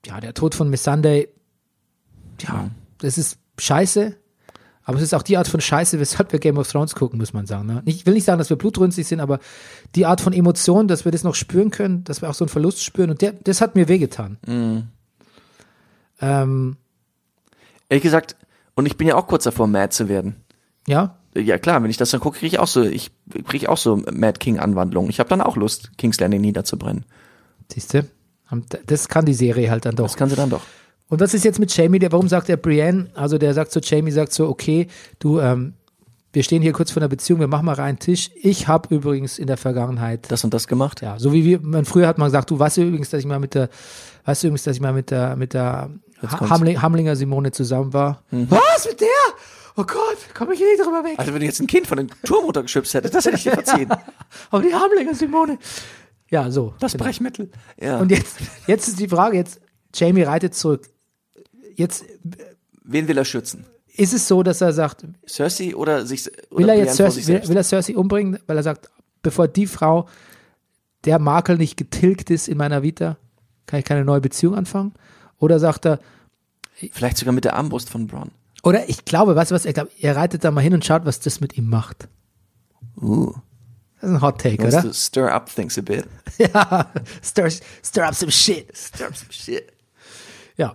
Speaker 1: ja, der Tod von Miss Sunday, ja, das ist scheiße. Aber es ist auch die Art von Scheiße, weshalb wir Game of Thrones gucken, muss man sagen. Ne? Ich will nicht sagen, dass wir blutrünstig sind, aber die Art von Emotion, dass wir das noch spüren können, dass wir auch so einen Verlust spüren, und der, das hat mir wehgetan. Ähm,
Speaker 2: Ehrlich gesagt, und ich bin ja auch kurz davor, mad zu werden.
Speaker 1: ja,
Speaker 2: Ja klar, wenn ich das dann gucke, kriege ich auch so, ich kriege auch so Mad King Anwandlungen. Ich habe dann auch Lust, Kings Landing niederzubrennen.
Speaker 1: siehste, das kann die Serie halt dann doch.
Speaker 2: Das kann sie dann doch.
Speaker 1: Und was ist jetzt mit Jamie? Der, warum sagt er Brienne? Also der sagt so, Jamie sagt so, okay, du, ähm, wir stehen hier kurz vor einer Beziehung, wir machen mal reinen Tisch. Ich habe übrigens in der Vergangenheit,
Speaker 2: Das und das gemacht.
Speaker 1: ja, so wie wir, man früher hat man gesagt, du weißt du übrigens, dass ich mal mit der, weißt du übrigens, dass ich mal mit der, mit der
Speaker 2: kommt's. Mhm.
Speaker 1: Hamling, Hamlinger Simone zusammen war. Was mit der? Oh Gott, komme ich hier nicht drüber weg.
Speaker 2: Also wenn du jetzt ein Kind von dem Turm runtergeschubst hättest, das hätte ich dir verziehen.
Speaker 1: Aber die Hamlinger Simone. Ja, so.
Speaker 2: Das Brechmittel. Genau. Ja.
Speaker 1: Und jetzt, jetzt ist die Frage, jetzt, Jamie reitet zurück. Jetzt
Speaker 2: Wen will er schützen?
Speaker 1: ist es so, dass er sagt,
Speaker 2: Cersei oder sich oder
Speaker 1: Will er
Speaker 2: Brienne
Speaker 1: jetzt
Speaker 2: vor
Speaker 1: Cersei,
Speaker 2: sich
Speaker 1: will,
Speaker 2: selbst?
Speaker 1: will er Cersei umbringen, weil er sagt, bevor die Frau, der Makel nicht getilgt ist in meiner Vita, kann ich keine neue Beziehung anfangen? Oder sagt er,
Speaker 2: Vielleicht sogar mit der Armbrust von Bronn.
Speaker 1: oder ich glaube, weißt du was, er, glaubt, er reitet da mal hin und schaut, was das mit ihm macht.
Speaker 2: Uh.
Speaker 1: Das ist ein Hot Take,
Speaker 2: Kannst
Speaker 1: oder?
Speaker 2: du stir up things a bit?
Speaker 1: Ja, stir, stir up some shit.
Speaker 2: Stir up some shit.
Speaker 1: Ja,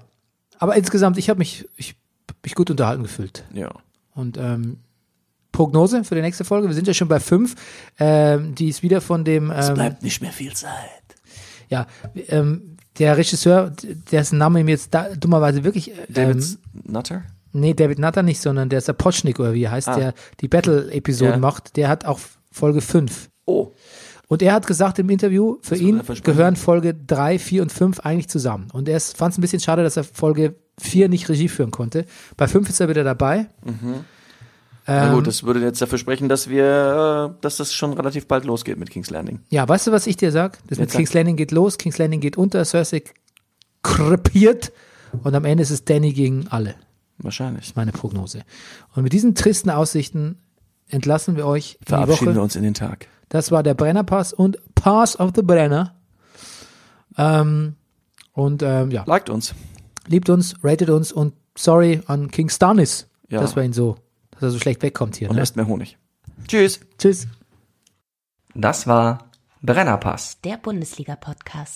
Speaker 1: aber insgesamt, ich habe mich, ich, mich gut unterhalten gefühlt.
Speaker 2: Ja.
Speaker 1: Und ähm, Prognose für die nächste Folge, wir sind ja schon bei fünf. Ähm, die ist wieder von dem...
Speaker 2: Es
Speaker 1: Ähm,
Speaker 2: bleibt nicht mehr viel Zeit.
Speaker 1: Ja, ähm, der Regisseur, d- dessen Name mir jetzt da, dummerweise wirklich. äh,
Speaker 2: David
Speaker 1: Ähm,
Speaker 2: Nutter?
Speaker 1: Nee, David Nutter nicht, sondern der Sapochnik oder wie heißt
Speaker 2: Ah.
Speaker 1: der, die Battle-Episoden
Speaker 2: Ja.
Speaker 1: macht, der hat auch Folge 5.
Speaker 2: Oh,
Speaker 1: Und er hat gesagt im Interview, für
Speaker 2: wurde
Speaker 1: ihn
Speaker 2: einfach spannend.
Speaker 1: gehören Folge 3, 4 und 5 eigentlich zusammen. Und er fand es ein bisschen schade, dass er Folge 4 nicht Regie führen konnte. Bei 5 ist er wieder dabei.
Speaker 2: na
Speaker 1: Ähm.
Speaker 2: gut, das würde jetzt dafür sprechen, dass wir, äh, dass das schon relativ bald losgeht mit King's Landing.
Speaker 1: Ja, weißt du, was ich dir sag? Das mit
Speaker 2: sag.
Speaker 1: King's Landing geht los, King's Landing geht unter, Cersei krepiert und am Ende ist es Danny gegen alle.
Speaker 2: Wahrscheinlich.
Speaker 1: Meine Prognose. Und mit diesen tristen Aussichten entlassen wir euch in die
Speaker 2: Verabschieden
Speaker 1: Woche.
Speaker 2: wir uns in den Tag.
Speaker 1: Das war der Brennerpass und Pass of the Brenner. Ähm, und ähm, ja,
Speaker 2: Liked uns.
Speaker 1: liebt uns, ratet uns und sorry an King Stannis,
Speaker 2: Ja.
Speaker 1: dass wir ihn so, dass er so schlecht wegkommt hier.
Speaker 2: Und
Speaker 1: Ne?
Speaker 2: esst mehr Honig. Tschüss.
Speaker 1: Tschüss.
Speaker 3: Das war Brennerpass.
Speaker 4: Der Bundesliga-Podcast.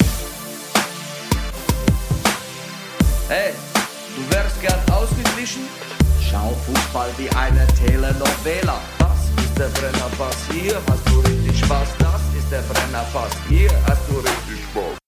Speaker 5: Hey, du wärst gern ausgeglichen? Schau Fußball wie eine Telenovela. Das ist der Brennerpass, hier hast du richtig Spaß. Das ist der Brennerpass, hier hast du richtig Spaß.